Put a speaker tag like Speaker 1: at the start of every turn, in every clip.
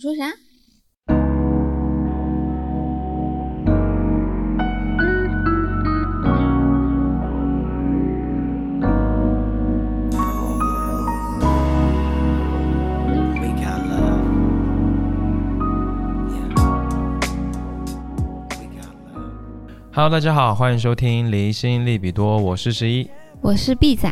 Speaker 1: 你说啥？
Speaker 2: We got love. Yeah. We got love.
Speaker 3: Hello，大家好，欢迎收听《离心利比多》，我是十一，
Speaker 1: 我是 B 仔，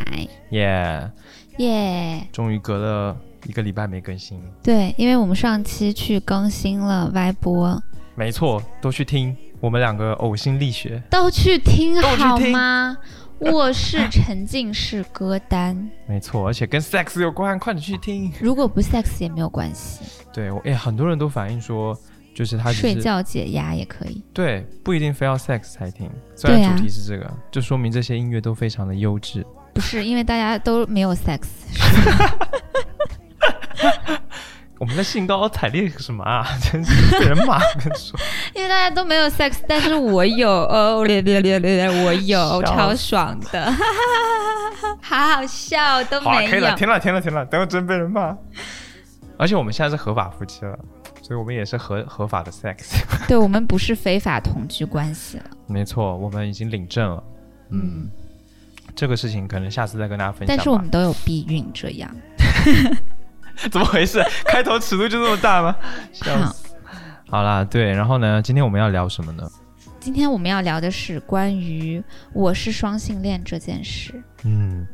Speaker 3: 耶、
Speaker 1: 耶、
Speaker 3: 终于隔了一个礼拜没更新，
Speaker 1: 对，因为我们上期去更新了歪播，
Speaker 3: 没错，都去听我们两个呕心沥血，
Speaker 1: 都去听
Speaker 3: 都去
Speaker 1: 好
Speaker 3: 听
Speaker 1: 吗？卧室沉浸式歌单，
Speaker 3: 没错，而且跟 sex 有关，快点去听。
Speaker 1: 如果不 sex 也没有关系，
Speaker 3: 对，我哎，很多人都反映说，就是他只
Speaker 1: 睡
Speaker 3: 是
Speaker 1: 觉解压也可以。
Speaker 3: 对，不一定非要 sex 才听，虽然
Speaker 1: 对啊
Speaker 3: 主题是这个，就说明这些音乐都非常的优质。
Speaker 1: 不是因为大家都没有 sex，
Speaker 3: 我们在兴高采烈什么啊？ 真是被人骂，我跟你说。
Speaker 1: 因为大家都没有 sex，但是我 有哦，略略略略略，我有，
Speaker 3: 笑死
Speaker 1: 超爽的， 哈哈哈哈哈，好好笑都
Speaker 3: 好、啊，
Speaker 1: 没
Speaker 3: 可以了，
Speaker 1: 有。
Speaker 3: 停了，停了，停了，等会真被人骂。 而且我们现在是合法夫妻了，所以我们也是合合法的 sex。
Speaker 1: 对我们不是非法同居关系了，
Speaker 3: 没错，我们已经领证了。
Speaker 1: 嗯，
Speaker 3: 这个事情可能下次再跟大家分享吧。
Speaker 1: 但是我们都有避孕这样。
Speaker 3: 怎么回事？开头尺度就这么 大吗？笑
Speaker 1: 好，
Speaker 3: 死！好啦，对，然后呢？今天我们要聊什么呢？
Speaker 1: 今天我们要聊的是关于我是双性恋这件事。
Speaker 3: 嗯，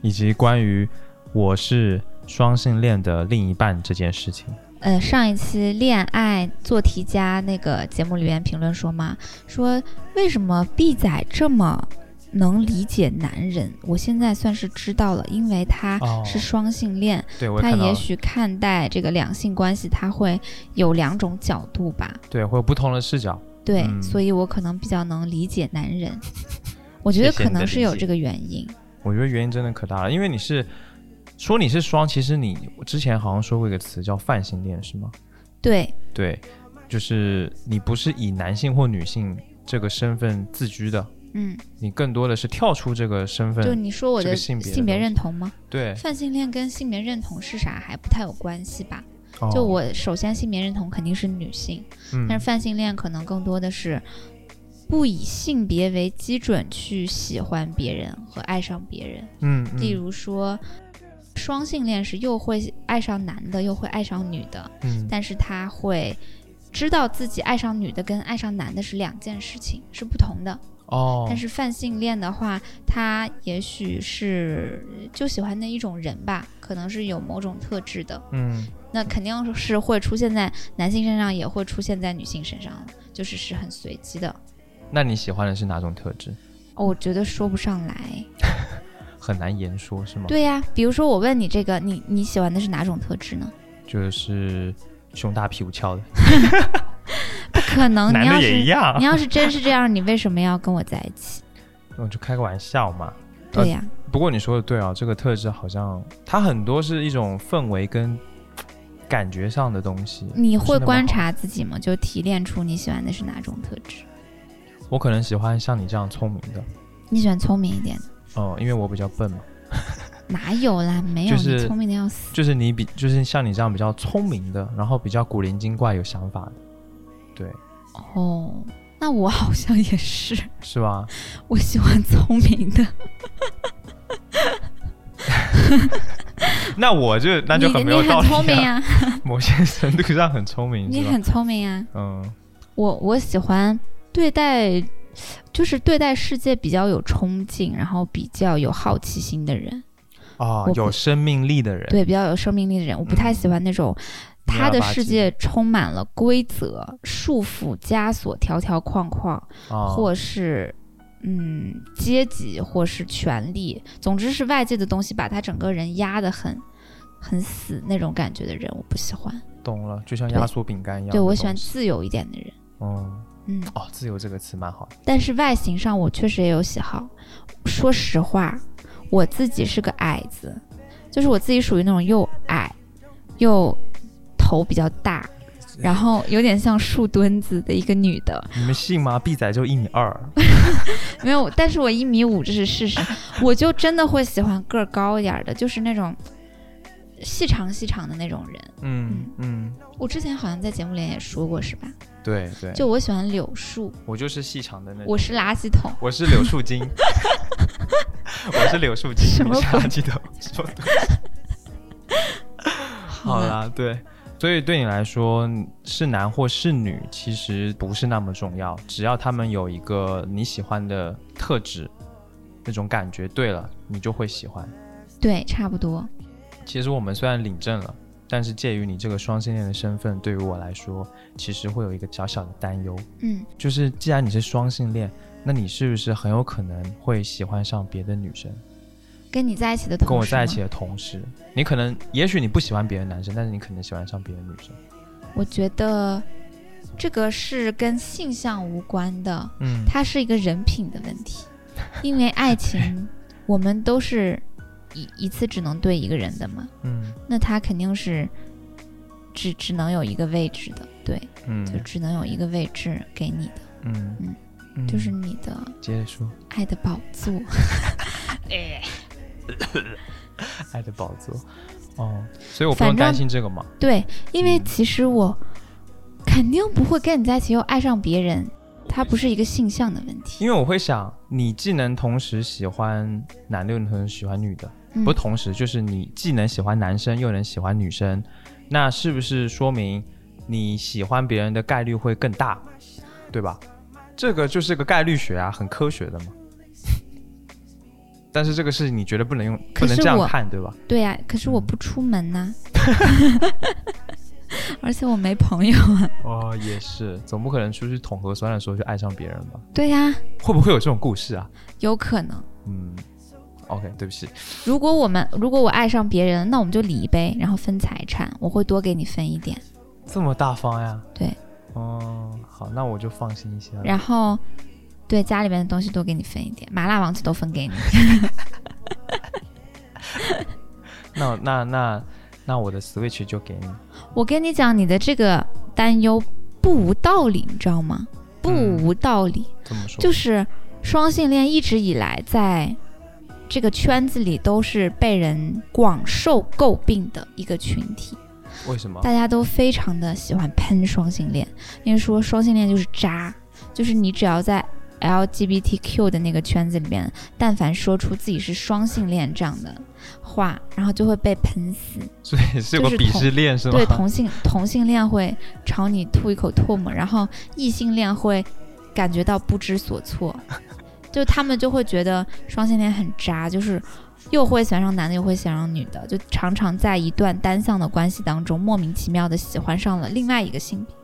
Speaker 3: 以及关于我是双性恋的另一半这件事情。
Speaker 1: 呃，上一期恋爱做题家那个节目留言评论说嘛，说为什么 B 仔这么能理解男人？我现在算是知道了，因为他
Speaker 3: 哦
Speaker 1: 是双性恋，
Speaker 3: 对，我也
Speaker 1: 他
Speaker 3: 看到
Speaker 1: 也
Speaker 3: 了，
Speaker 1: 许看待这个两性关系，他会有两种角度吧。
Speaker 3: 对，会有不同的视角。
Speaker 1: 对，
Speaker 3: 嗯
Speaker 1: 所以我可能比较能理解男 人。我觉得
Speaker 3: 谢
Speaker 1: 可
Speaker 3: 谢你的
Speaker 1: 能是
Speaker 3: 理
Speaker 1: 有
Speaker 3: 解
Speaker 1: 这个原因。
Speaker 3: 我觉得原因真的可大了，因为你是说你是双，其实你之前好像说过一个词叫泛性恋，是吗？
Speaker 1: 对，
Speaker 3: 对，就是你不是以男性或女性这个身份自居的，
Speaker 1: 嗯，
Speaker 3: 你更多的是跳出这个身
Speaker 1: 就
Speaker 3: 份。
Speaker 1: 你说我
Speaker 3: 这
Speaker 1: 的
Speaker 3: 个性别的
Speaker 1: 性别
Speaker 3: 东西
Speaker 1: 认同吗？
Speaker 3: 对，
Speaker 1: 泛性恋跟性别认同是啥还不太有关系吧？
Speaker 3: 哦
Speaker 1: 就，我首先性别认同肯定是女性，
Speaker 3: 嗯
Speaker 1: 但是泛性恋可能更多的是不以性别为基准去喜欢别人和爱上别人。
Speaker 3: 嗯，嗯
Speaker 1: 例如说，双性恋是又会爱上男的，又会爱上女的，
Speaker 3: 嗯，
Speaker 1: 但是他会知道自己爱上女的跟爱上男的是两件事情，是不同的。
Speaker 3: 哦，
Speaker 1: 但是泛性恋的话，他也许是就喜欢那一种人吧，可能是有某种特质的，
Speaker 3: 嗯，
Speaker 1: 那肯定是会出现在男性身上，也会出现在女性身上的，就是是很随机的。
Speaker 3: 那你喜欢的是哪种特质？
Speaker 1: 哦我觉得说不上来。
Speaker 3: 很难言说，是吗？，
Speaker 1: 对呀、比如说我问你这个，你你喜欢的是哪种特质呢？
Speaker 3: 就是胸大屁股翘的，
Speaker 1: 不可能，嗯
Speaker 3: 男
Speaker 1: 你要
Speaker 3: 的也一
Speaker 1: 是
Speaker 3: 样
Speaker 1: 你。要是真是这样，你为什么要跟我在一起？
Speaker 3: 我哦就开个玩笑嘛。呃
Speaker 1: 对呀、
Speaker 3: 不过你说的对啊，这个特质好像它很多是一种氛围跟感觉上的东西。
Speaker 1: 你
Speaker 3: 不是
Speaker 1: 会
Speaker 3: 那么
Speaker 1: 观
Speaker 3: 好？
Speaker 1: 察自己吗？就提炼出你喜欢的是哪种特质？
Speaker 3: 我可能喜欢像你这样聪明的，
Speaker 1: 你喜欢聪明一点的。
Speaker 3: 嗯，因为我比较笨嘛。
Speaker 1: 哪有啦？没有，
Speaker 3: 就是
Speaker 1: 你聪明的要死。
Speaker 3: 就是你比，就是像你这样比较聪明的，然后比较古灵精怪、有想法的，对，
Speaker 1: 哦，那我好像也是，
Speaker 3: 是吧？
Speaker 1: 我喜欢聪明的。
Speaker 3: 那我就那就很没
Speaker 1: 你
Speaker 3: 有
Speaker 1: 你
Speaker 3: 道
Speaker 1: 很
Speaker 3: 理、
Speaker 1: 聪明
Speaker 3: 啊。
Speaker 1: 呀、
Speaker 3: 某些程度上很聪明，
Speaker 1: 你
Speaker 3: 是吧？
Speaker 1: 很聪明呀、
Speaker 3: 嗯，
Speaker 1: 我我喜欢对待，就是对待世界比较有冲劲，然后比较有好奇心的人，
Speaker 3: 啊、
Speaker 1: 我
Speaker 3: 有
Speaker 1: 不
Speaker 3: 生命力的人，
Speaker 1: 对，比较有生命力的人。我不
Speaker 3: 嗯
Speaker 1: 太喜欢那种。
Speaker 3: 蔫
Speaker 1: 他
Speaker 3: 了
Speaker 1: 的
Speaker 3: 吧
Speaker 1: 世
Speaker 3: 唧
Speaker 1: 界充满了规则、束缚、枷锁、条条框框，
Speaker 3: 啊，
Speaker 1: 或是嗯阶级，或是权力，总之是外界的东西把他整个人压得很很死那种感觉的人，我不喜欢。
Speaker 3: 懂了，就像
Speaker 1: 对
Speaker 3: 压缩饼干一样的
Speaker 1: 对我
Speaker 3: 东
Speaker 1: 喜欢
Speaker 3: 西
Speaker 1: 自由一点的人，
Speaker 3: 嗯，
Speaker 1: 嗯，
Speaker 3: 哦，自由这个词蛮好的。
Speaker 1: 但是外形上我确实也有喜好。说实话，我自己是个矮子，就是我自己属于那种又矮又头比较大。然后有点像树墩子的一个女的，
Speaker 3: 你们信吗？B 仔就一米二，
Speaker 1: 没有，但是我一米五，这是事实。我就真的会喜欢个儿高一点儿的，就是那种细长细长的那种人。
Speaker 3: 嗯嗯，
Speaker 1: 我之前好像在节目里也说过，是吧？
Speaker 3: 对对，
Speaker 1: 就我喜欢柳树，
Speaker 3: 我就是细长的那种，
Speaker 1: 我是垃圾桶。
Speaker 3: 我是柳 树精，我是柳树精，
Speaker 1: 什么
Speaker 3: 你是
Speaker 1: 鬼
Speaker 3: 垃圾桶，什么鬼好
Speaker 1: 了，
Speaker 3: 啦，对。所以对你来说，是男或是女其实不是那么重要，只要他们有一个你喜欢的特质，那种感觉对了，你就会喜欢。
Speaker 1: 对，差不多。
Speaker 3: 其实我们虽然领证了，但是介于你这个双性恋的身份，对于我来说，其实会有一个小小的担忧，
Speaker 1: 嗯，
Speaker 3: 就是既然你是双性恋，那你是不是很有可能会喜欢上别的女生？
Speaker 1: 跟你在一起的同事
Speaker 3: 跟我在
Speaker 1: 吗
Speaker 3: 一起，的同时，你可能，也许你不喜欢别的男生，但是你可能喜欢上别的女生。
Speaker 1: 我觉得这个是跟性向无关的，
Speaker 3: 嗯
Speaker 1: 它是一个人品的问题。因为爱 情，我们都是一一次只能对一个人的嘛，
Speaker 3: 嗯
Speaker 1: 那他肯定是只只能有一个位置的，对，就
Speaker 3: 嗯
Speaker 1: 只能有一个位置给你的，
Speaker 3: 嗯嗯
Speaker 1: 就是你的
Speaker 3: 接着说，
Speaker 1: 爱的宝座。哎
Speaker 3: 爱的宝座。哦，所以我不
Speaker 1: 反
Speaker 3: 用担
Speaker 1: 正
Speaker 3: 心这个嘛。
Speaker 1: 对，因为
Speaker 3: 嗯
Speaker 1: 其实我肯定不会跟你在一起又爱上别人，它不是一个性向的问题。
Speaker 3: 因为我会想，你既能同时喜欢男的，又能喜欢女的，
Speaker 1: 嗯
Speaker 3: 不是同时，就是你既能喜欢男生，又能喜欢女生，那是不是说明你喜欢别人的概率会更大，对吧？这个就是个概率学啊，很科学的嘛。但是这个是你觉得不能用，不
Speaker 1: 可是
Speaker 3: 能这样
Speaker 1: 我
Speaker 3: 看，对吧？
Speaker 1: 对呀、可是我不出门呐、 而且我没朋友啊。
Speaker 3: 哦，也是，总不可能出去捅核酸的时候就爱上别人吧？
Speaker 1: 对呀、
Speaker 3: 会不会有这种故事啊？
Speaker 1: 有可能。
Speaker 3: 嗯，OK，对不起，
Speaker 1: 如果我们如果我爱上别人，那我们就离呗，然后分财产，我会多给你分一点。
Speaker 3: 这么大方呀？
Speaker 1: 对，
Speaker 3: 哦，好，那我就放心一些了。
Speaker 1: 然后，对家里面的东西多给你分一点，麻辣王子都分给你。
Speaker 3: 那那那那我的 Switch 就给你。
Speaker 1: 我跟你讲，你的这个担忧不无道理，你知道吗？不
Speaker 3: 嗯
Speaker 1: 无道理，
Speaker 3: 这么说，
Speaker 1: 就是双性恋一直以来在这个圈子里都是被人广受诟病的一个群体，
Speaker 3: 为什么？
Speaker 1: 大家都非常的喜欢喷双性恋，因为说双性恋就是渣，就是你只要在 LGBTQ 的那个圈子里面，但凡说出自己是双性恋这样的话，然后就会被喷死。
Speaker 3: 所以 是有个
Speaker 1: 就是
Speaker 3: 鄙
Speaker 1: 同
Speaker 3: 视链是吗？
Speaker 1: 对同性同性恋会朝你吐一口唾沫，然后异性恋会感觉到不知所措，就他们就会觉得双性恋很渣，就是又会喜欢上男的，又会喜欢上女的，就常常在一段单向的关系当中莫名其妙的喜欢上了另外一个性别。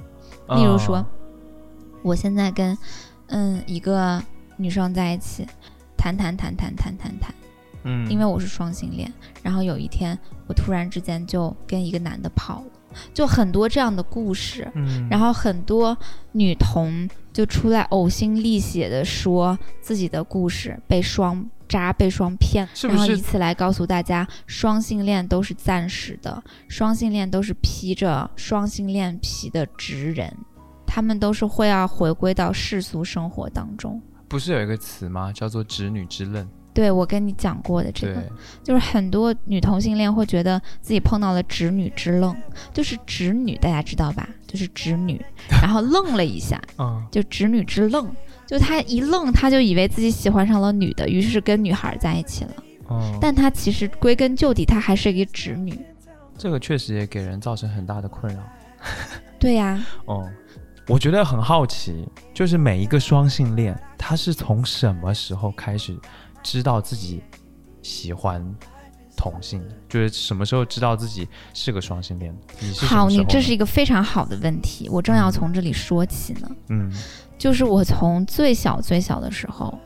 Speaker 3: 嗯
Speaker 1: 例如说，我现在跟嗯一个女生在一起，谈谈谈谈谈谈谈。
Speaker 3: 嗯，
Speaker 1: 因为我是双性恋，然后有一天我突然之间就跟一个男的跑了，就很多这样的故事，
Speaker 3: 嗯，
Speaker 1: 然
Speaker 3: 后
Speaker 1: 后很多女童就出来呕心沥血的说自己的故事，被双渣，被双骗，
Speaker 3: 是不
Speaker 1: 然后以
Speaker 3: 是
Speaker 1: 此来告诉大家，双性恋都是暂时的，双性恋都是披着双性恋皮的直人，他们都是会要回归到世俗生活当中。
Speaker 3: 不是有一个词吗？叫做“直女之刃
Speaker 1: 对，我跟你讲过的”。这个
Speaker 3: 对，
Speaker 1: 就是很多女同性恋会觉得自己碰到了直女之愣，就是直女，大家知道吧？就是直 女，然后愣了一下，
Speaker 3: 嗯，
Speaker 1: 就直女之愣，就她一愣，她就以为自己喜欢上了女的，于是跟女孩在一起了。
Speaker 3: 嗯
Speaker 1: 但她其实归根究底，她还是一个直女。
Speaker 3: 这个确实也给人造成很大的困扰。
Speaker 1: 对呀、
Speaker 3: 哦、我觉得很好奇，就是每一个双性恋，他是从什么时候开始知道自己喜欢同性的？就是什么时候知道自己是个双性恋的？你是什么
Speaker 1: 好，
Speaker 3: 时
Speaker 1: 你
Speaker 3: 候嗯
Speaker 1: 这
Speaker 3: 呢
Speaker 1: 是一个非常好的问题，我正要从这里说起呢。
Speaker 3: 嗯
Speaker 1: 就是我从最小最小的时候，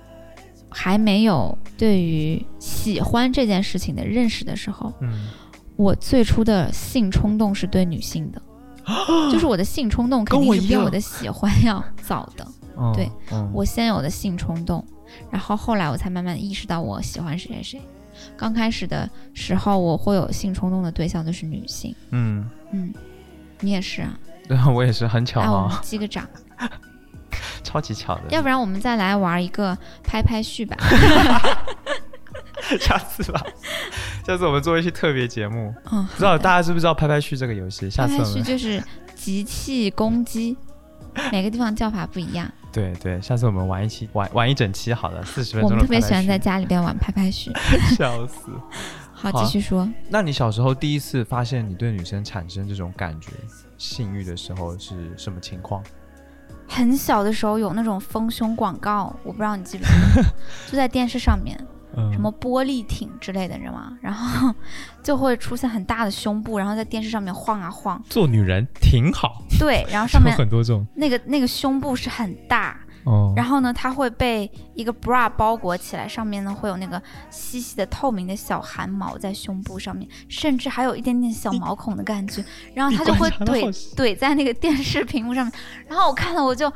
Speaker 1: 还没有对于喜欢这件事情的认识的时候，
Speaker 3: 嗯，
Speaker 1: 我最初的性冲动是对女性 的，就是我的性冲动肯
Speaker 3: 跟
Speaker 1: 定
Speaker 3: 我
Speaker 1: 是
Speaker 3: 一
Speaker 1: 比
Speaker 3: 样
Speaker 1: 我的喜欢要早的。
Speaker 3: 嗯
Speaker 1: 对，
Speaker 3: 嗯
Speaker 1: 我先有的性冲动，然后后来我才慢慢意识到我喜欢谁谁谁。刚开始的时候，我会有性冲动的对象就是女性。
Speaker 3: 嗯，
Speaker 1: 嗯，你也是啊，
Speaker 3: 对 我也是很巧
Speaker 1: 来我们
Speaker 3: 啊，
Speaker 1: 击个掌，
Speaker 3: 超级巧的。
Speaker 1: 要不然我们再 来玩一个拍拍序吧。
Speaker 3: 下次吧， 下次我们做一期特别节目，
Speaker 1: 嗯，
Speaker 3: 不知道
Speaker 1: 好的
Speaker 3: 大家知不知道拍拍序这个游戏？下
Speaker 1: 拍
Speaker 3: 次
Speaker 1: 拍
Speaker 3: 我
Speaker 1: 序
Speaker 3: 们
Speaker 1: 就是集气攻击，每个地方叫法不一样。
Speaker 3: 对对，下次我们玩一期玩玩一整期好了，四十分
Speaker 1: 我
Speaker 3: 钟
Speaker 1: 们
Speaker 3: 的
Speaker 1: 特别喜欢
Speaker 3: 拍
Speaker 1: 在
Speaker 3: 拍序
Speaker 1: 家里边玩拍拍序。
Speaker 3: 笑死。
Speaker 1: 好，
Speaker 3: 好啊
Speaker 1: 继续说。
Speaker 3: 那你小时候第一次发现你对女生产生这种感觉性欲的时候是什么情况？
Speaker 1: 很小的时候有那种丰胸广告，我不知道你记不记 得，就在电视上面，
Speaker 3: 嗯，
Speaker 1: 什么玻璃挺之类的，你知道吗？然后就会出现很大的胸部，然后在电视上面晃啊晃。
Speaker 3: 做女人挺好，
Speaker 1: 对，然后上面
Speaker 3: 有很多种
Speaker 1: 那个那个胸部是很大，
Speaker 3: 哦。
Speaker 1: 然后呢，它会被一个 bra 包裹起来，上面呢会有那个细细的透明的小汗毛在胸部上面，甚至还有一点点小毛孔的感觉，然后它就会怼怼在那个电视屏幕上面，然后我看了我就、啊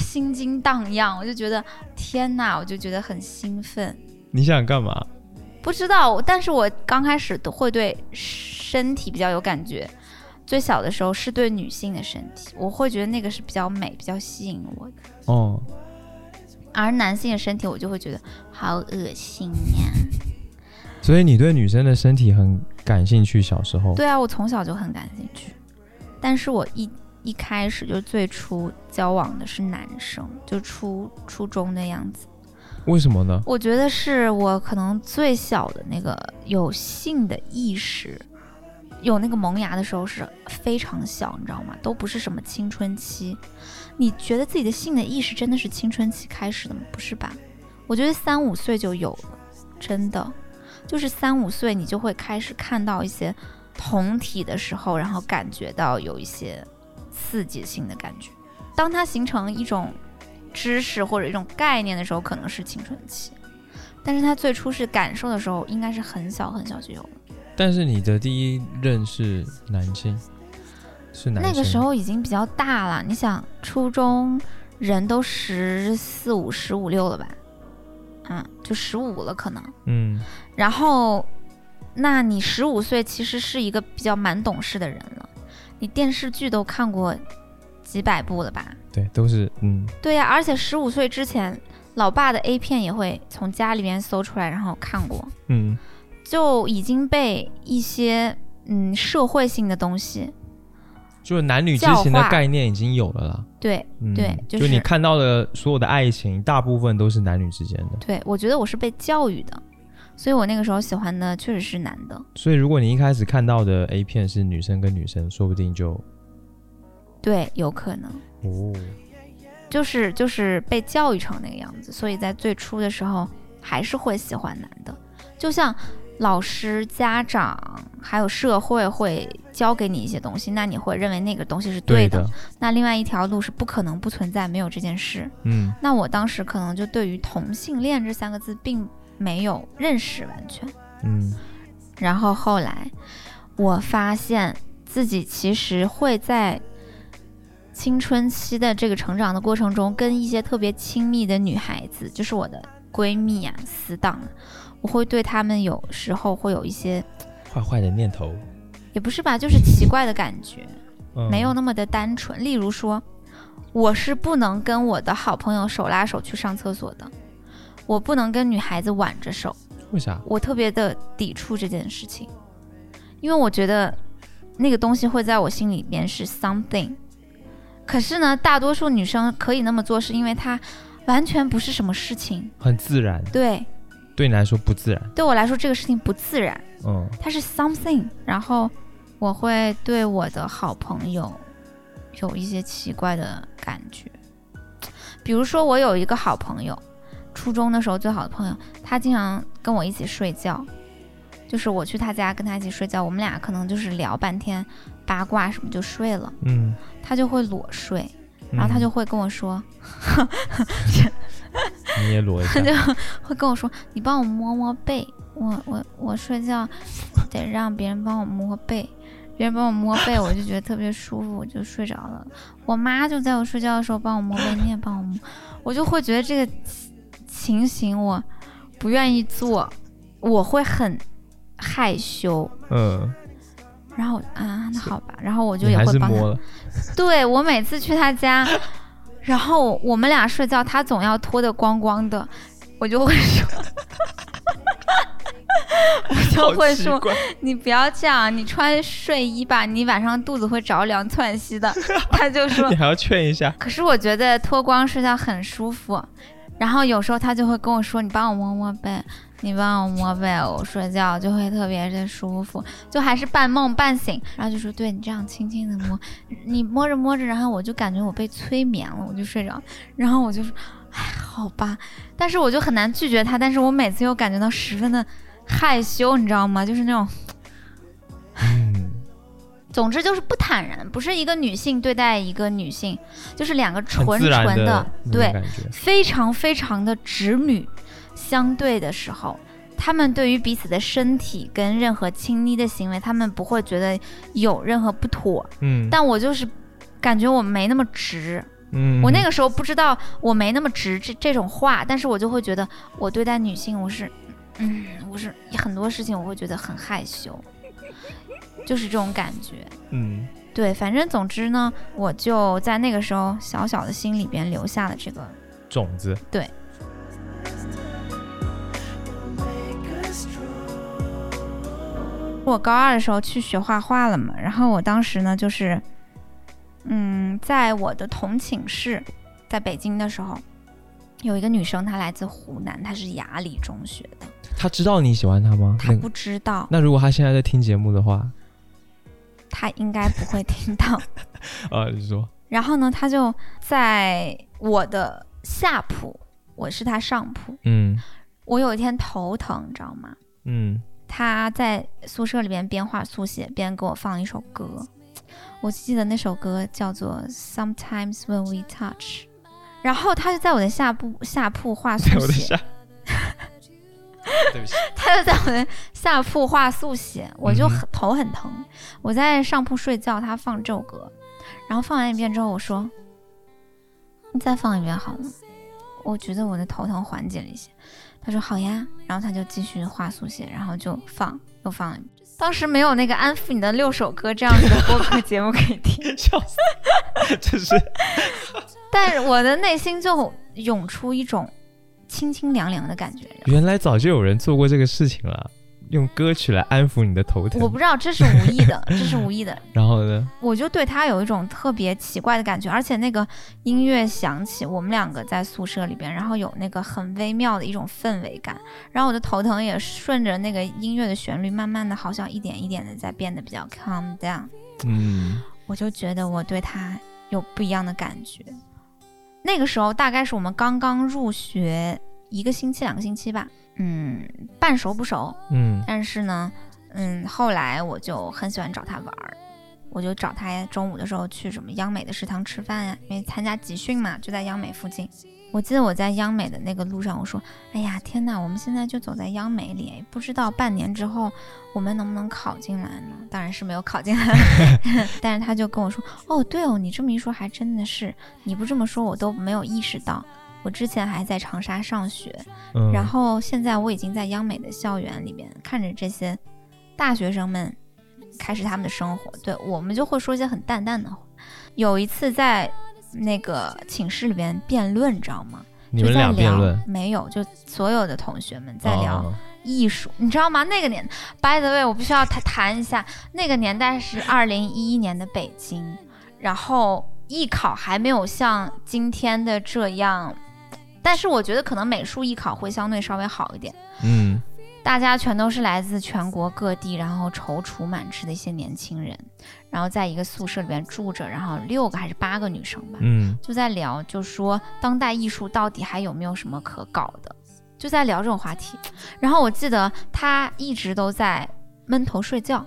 Speaker 1: 心惊荡漾，我就觉得天呐，我就觉得很兴奋。
Speaker 3: 你想干嘛？
Speaker 1: 不知道，但是我刚开始都会对身体比较有感觉。最小的时候是对女性的身体，我会觉得那个是比较美、比较吸引我的。
Speaker 3: 哦，
Speaker 1: 而男性的身体，我就会觉得好恶心呀。
Speaker 3: 所以你对女生的身体很感兴趣，小时候
Speaker 1: 对啊，我从小就很感兴趣，但是我一一开始就最初交往的是男生，就初初中的样子。
Speaker 3: 为什么呢？
Speaker 1: 我觉得是我可能最小的那个有性的意识，有那个萌芽的时候是非常小，你知道吗？都不是什么青春期。你觉得自己的性的意识真的是青春期开始的吗？不是吧？我觉得三五岁就有了，真的，就是三五岁你就会开始看到一些同体的时候，然后感觉到有一些刺激性的感觉。当它形成一种知识或者一种概念的时候，可能是青春期，但是他最初是感受的时候，应该是很小很小就有了。
Speaker 3: 但是你的第一任是男性，是男
Speaker 1: 那个时候已经比较大了，你想，初中人都十四五、十五六了吧？嗯，就十五了可能。
Speaker 3: 嗯，
Speaker 1: 然后，那你十五岁其实是一个比较蛮懂事的人了，你电视剧都看过几百部了吧？
Speaker 3: 对，都是嗯，
Speaker 1: 对呀、而且十五岁之前，老爸的 A 片也会从家里面搜出来，然后看过。
Speaker 3: 嗯，
Speaker 1: 就已经被一些嗯社会性的东西，
Speaker 3: 就是男女之情的概念已经有了啦。
Speaker 1: 对
Speaker 3: 嗯，
Speaker 1: 对
Speaker 3: 就
Speaker 1: 就是
Speaker 3: 你看到的所有的爱情，大部分都是男女之间的。
Speaker 1: 对，我觉得我是被教育的，所以我那个时候喜欢的确实是男的，
Speaker 3: 所以如果你一开始看到的 A 片是女生跟女生，说不定就
Speaker 1: 对，有可能
Speaker 3: 哦，
Speaker 1: 就是就是被教育成那个样子，所以在最初的时候还是会喜欢男的，就像。老师、家长还有社会会教给你一些东西，那你会认为那个东西是对的。
Speaker 3: 的，
Speaker 1: 那另外一条路是不可能不存在，没有这件事。
Speaker 3: 嗯，
Speaker 1: 那我当时可能就对于同性恋这三个字并没有认识完全。
Speaker 3: 嗯，
Speaker 1: 然后后来我发现自己其实会在青春期的这个成长的过程中，跟一些特别亲密的女孩子，就是我的闺蜜啊、死党啊，我会对她们有时候会有一些，
Speaker 3: 坏坏的念头，
Speaker 1: 也不是吧，就是奇怪的感觉。
Speaker 3: 嗯
Speaker 1: 没有那么的单纯。例如说，我是不能跟我的好朋友手拉手去上厕所的，我不能跟女孩子挽着手，
Speaker 3: 为啥？
Speaker 1: 我特别的抵触这件事情，因为我觉得那个东西会在我心里边是 something。可是呢，大多数女生可以那么做，是因为她完全不是什么事情。
Speaker 3: 很自然，
Speaker 1: 对，
Speaker 3: 对你来说不自然，
Speaker 1: 对我来说这个事情不自然。
Speaker 3: 嗯，
Speaker 1: 它是 something，然后我会对我的好朋友有一些奇怪的感觉，比如说我有一个好朋友，初中的时候最好的朋友，他经常跟我一起睡觉，就是我去他家跟他一起睡觉，我们俩可能就是聊半天八卦什么就睡了，
Speaker 3: 嗯，
Speaker 1: 他就会裸睡，然后他就会跟我说，
Speaker 3: 嗯你也裸 一下，
Speaker 1: 会跟我说：“你帮我摸摸背，我我我睡觉得让别人帮我摸背，别人帮我摸背，我就觉得特别舒服，我就睡着了。我妈就在我睡觉的时候帮我摸背，你也帮我摸，我就会觉得这个情形我不愿意做，我会很害羞。
Speaker 3: 嗯，
Speaker 1: 然后啊，那好吧，然后我就
Speaker 3: 你
Speaker 1: 也
Speaker 3: 还
Speaker 1: 会
Speaker 3: 是
Speaker 1: 帮他
Speaker 3: 摸了，
Speaker 1: 对我每次去他家，然后我们俩睡觉， 他总要脱得光光的，我就会说， 就会
Speaker 4: 好
Speaker 1: 说
Speaker 4: 奇怪
Speaker 1: 你不要这样，你穿睡衣吧，你晚上肚子会着凉，窜稀 的。他就说
Speaker 4: 你，还要劝一下，
Speaker 1: 可是我觉得脱光睡觉很舒服。然后有时候他就会跟我说：“你帮我摸摸背，你帮我摸背，我睡觉就会特别的舒服，就还是半梦半醒。”然后就说：“对你这样轻轻的摸，你摸着摸着，然后我就感觉我被催眠了，我就睡着。然后我就说：‘哎，好吧。’但是我就很难拒绝他，但是我每次又感觉到十分的害羞，你知道吗？就是那种
Speaker 4: 嗯，
Speaker 1: 总之就是不坦然，不是一个女性对待一个女性，就是两个
Speaker 4: 很
Speaker 1: 纯
Speaker 4: 自然
Speaker 1: 纯
Speaker 4: 的那种
Speaker 1: 对
Speaker 4: 感觉，
Speaker 1: 非常非常的直女相对的时候，他们对于彼此的身体跟任何亲昵的行为，他们不会觉得有任何不妥。
Speaker 4: 嗯，
Speaker 1: 但我就是感觉我没那么直，
Speaker 4: 嗯，
Speaker 1: 我那个时候不知道我没那么直这这种话，但是我就会觉得我对待女性，我是，嗯，我是很多事情我会觉得很害羞，就是这种感觉。
Speaker 4: 嗯，
Speaker 1: 对，反正总之呢，我就在那个时候小小的心里边留下了这个
Speaker 4: 种子，
Speaker 1: 我高二的时候去学画画了嘛，然后我当时呢就是，嗯，在我的同寝室，在北京的时候，有一个女生，她来自湖南，她是雅礼中学的，
Speaker 4: 他知道你喜欢他吗？
Speaker 1: 她
Speaker 4: 那
Speaker 1: 不知道，
Speaker 4: 那如果他现在在听节目的话，
Speaker 1: 她应该不会听到。
Speaker 4: 呃，你说，
Speaker 1: 然后呢，她就在我的下铺，我是她上铺。
Speaker 4: 嗯
Speaker 1: 我有一天头疼，你知道吗？
Speaker 4: 嗯，
Speaker 1: 她在宿舍里边边画速写边给我放了一首歌，我记得那首歌叫做《Sometimes When We Touch》，然后她就在我的下铺下铺画
Speaker 4: 在
Speaker 1: 速
Speaker 4: 我的
Speaker 1: 写，
Speaker 4: 下，对不起，
Speaker 1: 她就在我的下铺画速写，我就
Speaker 4: 嗯
Speaker 1: 很头很疼，我在上铺睡觉，她放这首歌，然后放完一遍之后，我说：“你再放一遍好吗？”我觉得我的头疼缓解了一些。她说：“好呀。”然后她就继续画速写，然后就放又放了一遍。当时没有那个安抚你的六首歌这样子的播客节目可以听，
Speaker 4: 笑死，这是
Speaker 1: 但是我的内心就涌出一种清清凉凉的感觉。
Speaker 4: 原来早就有人做过这个事情了，用歌曲来安抚你的头
Speaker 1: 我
Speaker 4: 疼。
Speaker 1: 不知道这是无意的，这是无意的。
Speaker 4: 然后呢？
Speaker 1: 我就对他有一种特别奇怪的感觉，而且那个音乐响起，我们两个在宿舍里边，然后有那个很微妙的一种氛围感，然后我的头疼也顺着那个音乐的旋律，慢慢的好像一点一点的在变得比较 calm down。
Speaker 4: 嗯，
Speaker 1: 我就觉得我对他有不一样的感觉。那个时候大概是我们刚刚入学一个星期、两个星期吧，嗯，半熟不熟。
Speaker 4: 嗯
Speaker 1: 但是呢，嗯，后来我就很喜欢找他玩儿，我就找他中午的时候去什么央美的食堂吃饭呀、因为参加集训嘛，就在央美附近。我记得我在央美的那个路上，我说：“哎呀，天哪，我们现在就走在央美里，不知道半年之后我们能不能考进来呢？”当然是没有考进来，但是他就跟我说：“哦，对哦，你这么一说，还真的是，你不这么说，我都没有意识到，我之前还在长沙上学，
Speaker 4: 嗯，
Speaker 1: 然后现在我已经在央美的校园里面看着这些大学生们开始他们的生活，对我们就会说一些很淡淡的话。有一次在那个寝室里边辩论，你知道吗？
Speaker 4: 你们
Speaker 1: 就在
Speaker 4: 俩辩
Speaker 1: 聊
Speaker 4: 论，
Speaker 1: 没有，就所有的同学们在聊
Speaker 4: 哦
Speaker 1: 艺术，你知道吗？那个年，by the way，我必须要谈谈一下，那个年代是二零一一年的北京，然后艺考还没有像今天的这样，但是我觉得可能美术艺考会相对稍微好一点。
Speaker 4: 嗯
Speaker 1: 大家全都是来自全国各地，然后踌躇满志的一些年轻人，然后在一个宿舍里边住着，然后六个还是八个女生吧，
Speaker 4: 嗯，
Speaker 1: 就在聊，就说当代艺术到底还有没有什么可搞的，就在聊这种话题。然后我记得他一直都在闷头睡觉，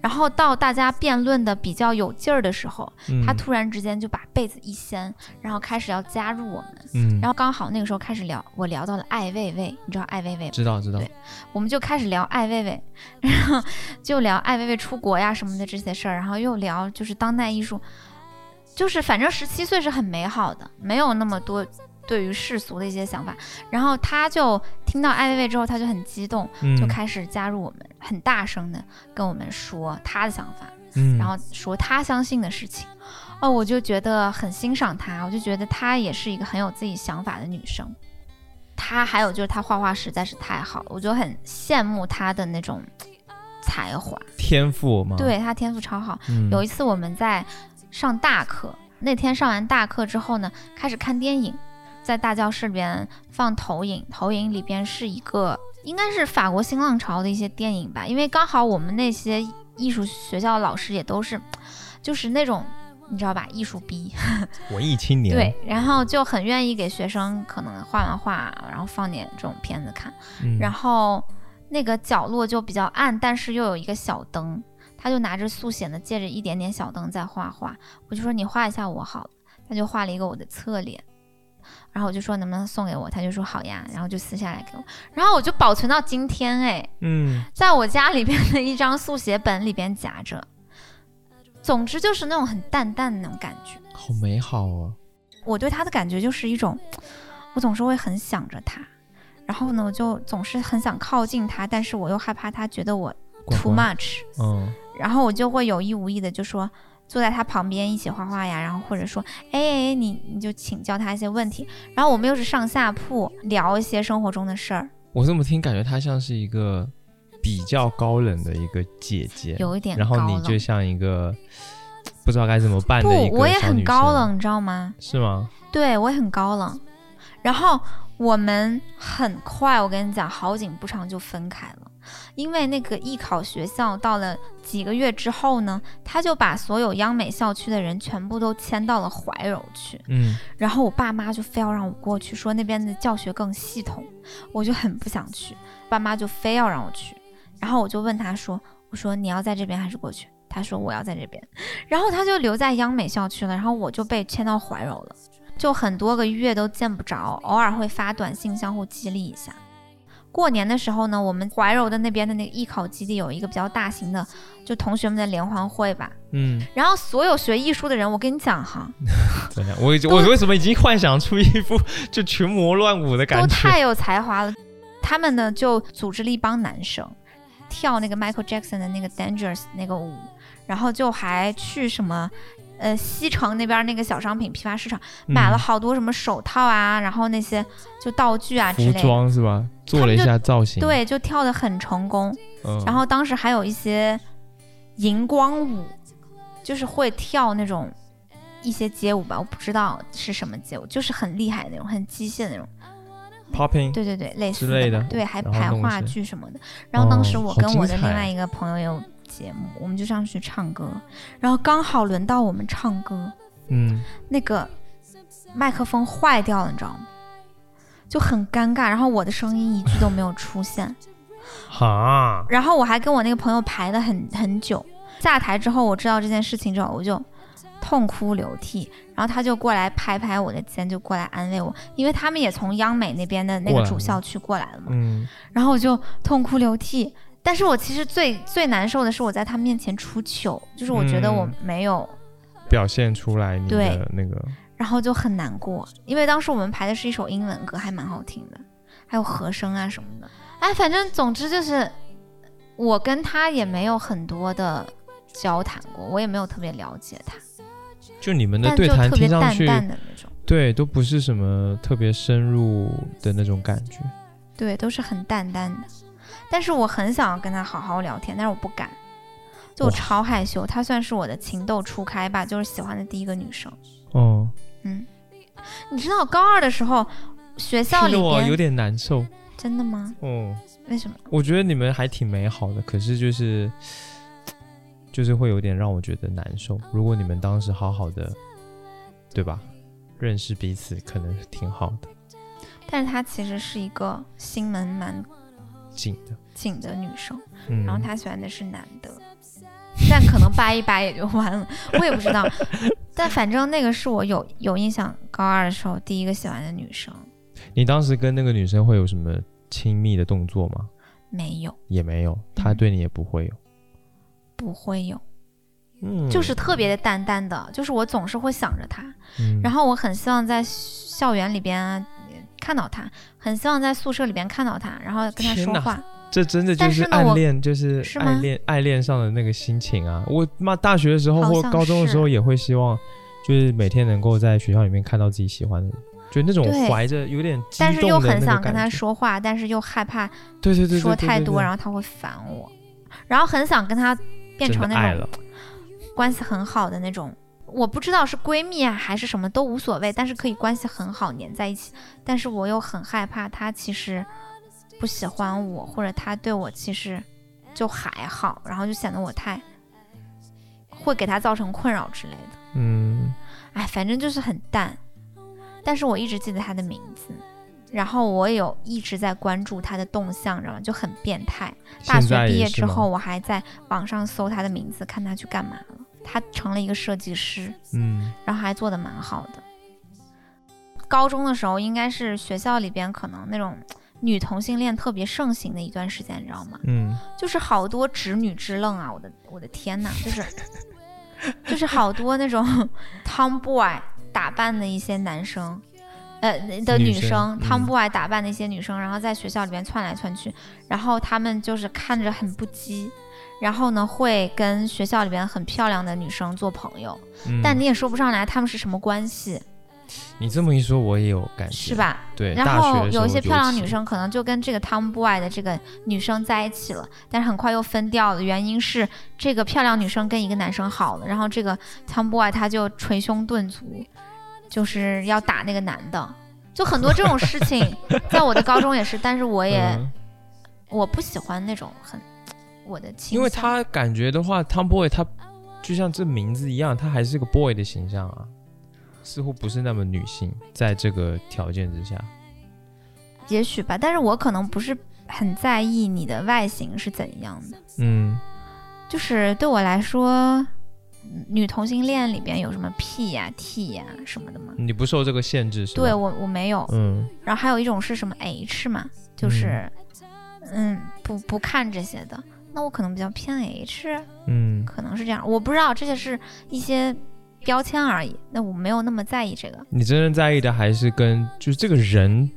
Speaker 1: 然后到大家辩论的比较有劲儿的时候，
Speaker 4: 嗯
Speaker 1: 他突然之间就把被子一掀，然后开始要加入我们。
Speaker 4: 嗯，
Speaker 1: 然后刚好那个时候开始聊，我聊到了艾未未，你知道艾未未吗？
Speaker 4: 知道知道
Speaker 1: 对，我们就开始聊艾薇薇，然后就聊艾薇薇出国呀什么的这些事儿，然后又聊就是当代艺术，就是反正十七岁是很美好的，没有那么多对于世俗的一些想法。然后他就听到艾薇薇之后，他就很激动，
Speaker 4: 嗯
Speaker 1: 就开始加入我们，很大声的跟我们说他的想法，
Speaker 4: 嗯，
Speaker 1: 然后说他相信的事情。哦，我就觉得很欣赏她，我就觉得她也是一个很有自己想法的女生。他还有就是他画画实在是太好了，我就很羡慕他的那种才华，
Speaker 3: 嗯
Speaker 4: 天赋吗？
Speaker 1: 对他天赋超好。
Speaker 4: 嗯，
Speaker 1: 有一次我们在上大课，那天上完大课之后呢，开始看电影，在大教室里边放投影，投影里边是一个应该是法国新浪潮的一些电影吧，因为刚好我们那些艺术学校的老师也都是，就是那种你知道吧，艺术逼，
Speaker 4: 文艺青年，
Speaker 1: 对，然后就很愿意给学生可能画完画，然后放点这种片子看。
Speaker 4: 嗯，
Speaker 1: 然后那个角落就比较暗，但是又有一个小灯，他就拿着速写呢，借着一点点小灯在画画。我就说你画一下我好了，他就画了一个我的侧脸，然后我就说能不能送给我，他就说好呀，然后就撕下来给我，然后我就保存到今天，哎，
Speaker 4: 嗯，
Speaker 1: 在我家里边的一张速写本里边夹着。总之就是那种很淡淡的那种感觉。
Speaker 4: 好美好哦，
Speaker 1: 我对他的感觉就是一种，我总是会很想着他，然后呢，我就总是很想靠近他，但是我又害怕他觉得我
Speaker 4: 呱
Speaker 1: too
Speaker 4: 呱
Speaker 1: much，
Speaker 4: 嗯，
Speaker 1: 然后我就会有意无意的就说坐在他旁边一起画画呀，然后或者说，哎哎哎，你你就请教他一些问题，然后我们又是上下铺聊一些生活中的事儿，
Speaker 3: 我这么听，感觉她像是一个比较高冷的一个姐姐，
Speaker 1: 有一点
Speaker 3: 然
Speaker 1: 高
Speaker 3: 后你
Speaker 1: 冷。
Speaker 3: 就像一个不知道该怎么办的一
Speaker 1: 不，
Speaker 3: 个
Speaker 1: 我也
Speaker 3: 小
Speaker 1: 很
Speaker 3: 女
Speaker 1: 高
Speaker 3: 生，
Speaker 1: 冷，你知道吗？
Speaker 3: 是吗？
Speaker 1: 对我也很高冷。然后我们很快，我跟你讲，好景不长就分开了，因为那个艺考学校到了几个月之后呢，他就把所有央美校区的人全部都迁到了怀柔去。
Speaker 3: 嗯，
Speaker 1: 然后我爸妈就非要让我过去，说那边的教学更系统，我就很不想去，爸妈就非要让我去。然后我就问他说：“我说你要在这边还是过去？”他说：“我要在这边。”然后他就留在央美校区了，然后我就被迁到怀柔了，就很多个月都见不着，偶尔会发短信相互激励一下。过年的时候呢，我们怀柔的那边的那个艺考基地有一个比较大型的，就同学们的联欢会吧。
Speaker 3: 嗯，
Speaker 1: 然后所有学艺术的人，我跟你讲哈，
Speaker 3: 怎样？我已经我为什么已经幻想出一副 就群魔乱舞的
Speaker 1: 都
Speaker 3: 感觉？
Speaker 1: 太有才华了。他们呢就组织了一帮男生跳那个 Michael Jackson 的那个 Dangerous 那个舞，然后就还去什么。呃，西城那边那个小商品批发市场
Speaker 3: 嗯
Speaker 1: 买了好多什么手套啊，然后那些就道具啊之
Speaker 3: 服
Speaker 1: 类的，
Speaker 3: 装是吧？做了一下造型，，
Speaker 1: 对，就跳得很成功。
Speaker 3: 嗯、
Speaker 1: 然后当时还有一些荧光舞，就是会跳那种一些街舞吧，我不知道是什么街舞，就是很厉害的那种，很机械的那种。
Speaker 3: popping，
Speaker 1: 对对对，类似
Speaker 3: 之类
Speaker 1: 的
Speaker 3: 的
Speaker 1: 吧，对，还
Speaker 3: 然后
Speaker 1: 排
Speaker 3: 弄一
Speaker 1: 话
Speaker 3: 些
Speaker 1: 剧什么的。然后当时
Speaker 3: 哦
Speaker 1: 我
Speaker 3: 好
Speaker 1: 跟我的
Speaker 3: 精
Speaker 1: 另
Speaker 3: 彩
Speaker 1: 外一个朋友也有节目，我们就上去唱歌，然后刚好轮到我们唱歌，
Speaker 3: 嗯，
Speaker 1: 那个麦克风坏掉了，你知道吗？就很尴尬，然后我的声音一句都没有出现，
Speaker 3: 哈，
Speaker 1: 然后我还跟我那个朋友排了很很久。下台之后，我知道这件事情之后，我就痛哭流涕。然后他就过来拍拍我的肩，就过来安慰我，因为他们也从央美那边的那
Speaker 3: 过
Speaker 1: 个
Speaker 3: 来
Speaker 1: 主
Speaker 3: 了
Speaker 1: 校区过来了嘛。
Speaker 3: 嗯，
Speaker 1: 然后我就痛哭流涕。但是我其实最最难受的是我在他面前出糗，就是我觉得我
Speaker 3: 嗯
Speaker 1: 没有，
Speaker 3: 表现出来你
Speaker 1: 对
Speaker 3: 的那个，
Speaker 1: 然后就很难过，因为当时我们排的是一首英文歌，还蛮好听的，还有和声啊什么的。哎，反正总之就是我跟他也没有很多的交谈过，我也没有特别了解他，
Speaker 3: 就你们的
Speaker 1: 但
Speaker 3: 对
Speaker 1: 就
Speaker 3: 谈
Speaker 1: 特别
Speaker 3: 听上
Speaker 1: 淡
Speaker 3: 去，
Speaker 1: 淡的那种，
Speaker 3: 对，都不是什么特别深入的那种感觉。
Speaker 1: 对，都是很淡淡的。但是我很想要跟他好好聊天，但是我不敢，就我
Speaker 3: 哇
Speaker 1: 超害羞。她算是我的情窦初开吧，就是喜欢的第一个女生。
Speaker 3: 哦，
Speaker 1: 嗯，你知道高二的时候，学校
Speaker 3: 听
Speaker 1: 里
Speaker 3: 得我有
Speaker 1: 边
Speaker 3: 点难受。
Speaker 1: 真的吗？
Speaker 3: 哦，
Speaker 1: 为什么？
Speaker 3: 我觉得你们还挺美好的，可是就是就是会有点让我觉得难受。如果你们当时好好的，对吧？认识彼此可能是挺好的，
Speaker 1: 但是她其实是一个心门蛮
Speaker 3: 紧的。
Speaker 1: 紧的女生，
Speaker 3: 嗯，
Speaker 1: 然后她喜欢的是男的，但可能掰一掰也就完了，我也不 知道。但反正那个是我有有印象，高二的时候第一个喜欢的女生
Speaker 3: 你当时跟那个女生会有什么亲密的动作吗？
Speaker 1: 没有，
Speaker 3: 也没有，
Speaker 1: 嗯
Speaker 3: 她对你也不会有。
Speaker 1: 不会有，
Speaker 3: 嗯，
Speaker 1: 就是特别的淡淡的，就是我总是会想着她，
Speaker 3: 嗯，
Speaker 1: 然后我很希望在校园里边啊、呃看到他，很希望在宿舍里边看到他，然后跟他
Speaker 3: 天
Speaker 1: 说
Speaker 3: 哪
Speaker 1: 话。
Speaker 3: 这真的就
Speaker 1: 但是
Speaker 3: 是
Speaker 1: 呢
Speaker 3: 暗
Speaker 1: 我
Speaker 3: 恋，就是
Speaker 1: 是吗
Speaker 3: 暗恋爱恋上的那个心情啊！我妈大学的时候
Speaker 1: 好
Speaker 3: 或
Speaker 1: 像
Speaker 3: 高中的时候也会希望，就是每天能够在学校里面看到自己喜欢的人。就那种
Speaker 1: 对
Speaker 3: 怀着有点激
Speaker 1: 但是又
Speaker 3: 动的那
Speaker 1: 很
Speaker 3: 个
Speaker 1: 想跟
Speaker 3: 感
Speaker 1: 他
Speaker 3: 觉，
Speaker 1: 说话，但是又害怕
Speaker 3: 对对对，
Speaker 1: 说太多，然
Speaker 3: 后
Speaker 1: 后他会烦我，然后很想跟他变成
Speaker 3: 爱
Speaker 1: 那种
Speaker 3: 了，
Speaker 1: 关系很好的那种，我不知道是闺蜜啊还是什么都无所谓，但是可以关系很好粘在一起。但是我又很害怕他其实不喜欢我，或者他对我其实就还好，然后就显得我太会给他造成困扰之类的。
Speaker 3: 嗯，
Speaker 1: 哎，反正就是很淡。但是我一直记得他的名字，然后我有一直在关注他的动向，然后就很变态。大
Speaker 3: 现
Speaker 1: 学
Speaker 3: 在
Speaker 1: 毕
Speaker 3: 也
Speaker 1: 业
Speaker 3: 是
Speaker 1: 之
Speaker 3: 吗
Speaker 1: 后，，我还在网上搜他的名字，看他去干嘛了。他成了一个设计师，
Speaker 3: 嗯
Speaker 1: 然后还做的蛮好的。高中的时候，应该是学校里边可能那种女同性恋特别盛行的一段时间，你知道吗？
Speaker 3: 嗯，
Speaker 1: 就是好多直女之愣啊！我的我的天呐，就是就是好多那种 tomboy 打扮的一些男生，呃的
Speaker 3: 女
Speaker 1: 女
Speaker 3: 生
Speaker 1: 生
Speaker 3: 嗯
Speaker 1: tomboy 打扮的一些女生，然后在学校里面窜来窜去，然后他们就是看着很不羁，然后呢会跟学校里边很漂亮的女生做朋友，
Speaker 3: 嗯
Speaker 1: 但你也说不上来他们是什么关系，
Speaker 3: 你这么一说，我也有感觉，
Speaker 1: 是？吧？
Speaker 3: 对，
Speaker 1: 然
Speaker 3: 大学
Speaker 1: 后
Speaker 3: 的时
Speaker 1: 有
Speaker 3: 候
Speaker 1: 一些
Speaker 3: 就
Speaker 1: 漂亮
Speaker 3: 是
Speaker 1: 女，生可能就跟这个 tomboy 的这个女生在一起了，但是很快又分掉了，原因是这个漂亮女生跟一个男生好了，然后这个 tomboy 他就捶胸顿足，就是要打那个男的，就很多这种 事情，在我的高中也是，但是我也、
Speaker 3: 嗯
Speaker 1: 我不喜欢那种很我的倾向，
Speaker 3: 因为他感觉的话，Tomboy 他就像这名字一样，他还是个 boy 的形象啊，似乎不是那么女性，在这个条件之下，
Speaker 1: 也许吧，但是我可能不是很在意你的外形是怎样的。
Speaker 3: 嗯
Speaker 1: 就是对我来说，嗯女同性恋里边有什么 P 呀、T 呀、什么的吗？
Speaker 3: 你不受这个限制是吧？
Speaker 1: 对我我没有。
Speaker 3: 嗯
Speaker 1: 然后还有一种是什么 H 嘛，就是嗯不不看这些的。那我可能比较偏 H，
Speaker 3: 嗯
Speaker 1: 可能是这样，我不知道这些是一些标签而已。那我没有那么在意这个。
Speaker 3: 你真正在意的还是跟就是这个人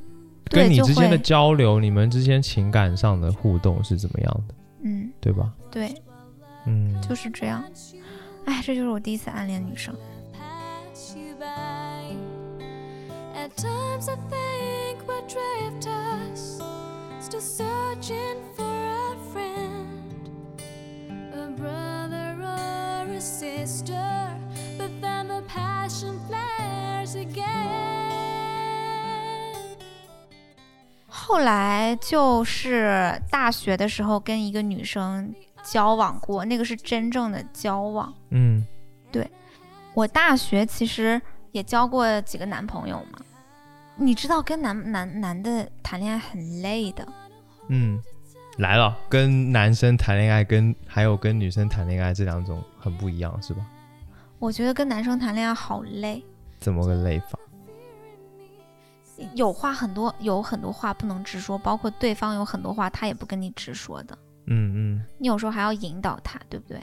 Speaker 1: 对
Speaker 3: 跟你
Speaker 1: 就
Speaker 3: 之间的
Speaker 1: 会
Speaker 3: 交流，你们之间情感上的互动是怎么样的，
Speaker 1: 嗯，
Speaker 3: 对吧？
Speaker 1: 对，
Speaker 3: 嗯，
Speaker 1: 就是这样。哎，这就是我第一次暗恋女生。
Speaker 5: pass you by. At times I think what drifters still searching for a friend, a brother or a sister, but then the passion flares again.
Speaker 1: 后来就是大学的时候跟一个女生交往过，那个是真正的交往。
Speaker 3: 嗯
Speaker 1: 我大学其实也交过几个男朋友嘛，你知道跟男男男的谈恋爱很累的，
Speaker 3: 嗯。来了，跟男生谈恋爱跟还有跟女生谈恋爱这两种很不一样，是吧？
Speaker 1: 我觉得跟男生谈恋爱好累，
Speaker 3: 怎么个累法？
Speaker 1: 有话很多，有很多话不能直说，包括对方有很多话他也不跟你直说的，
Speaker 3: 嗯嗯，
Speaker 1: 你有时候还要引导他，对不对？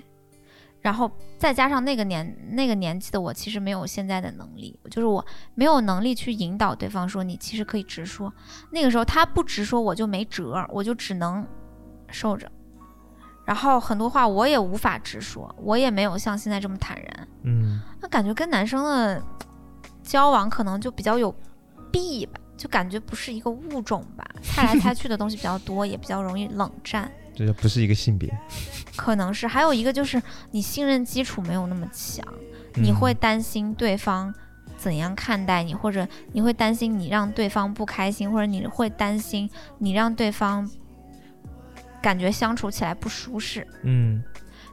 Speaker 1: 然后再加上那个年那个年纪的我，其实没有现在的能力，就是我没有能力去引导对方说你其实可以直说。那个时候他不直说，我就没辙儿，我就只能受着。然后很多话我也无法直说，我也没有像现在这么坦然。
Speaker 3: 嗯，
Speaker 1: 那感觉跟男生的交往可能就比较有弊吧，就感觉不是一个物种吧，猜来猜去的东西比较多，也比较容易冷战。
Speaker 3: 这不是一个性别，
Speaker 1: 可能是，还有一个就是你信任基础没有那么强，你
Speaker 3: 嗯
Speaker 1: 会担心对方怎样看待你，或者你会担心你让对方不开心，或者你会担心你让对方感觉相处起来不舒适。
Speaker 3: 嗯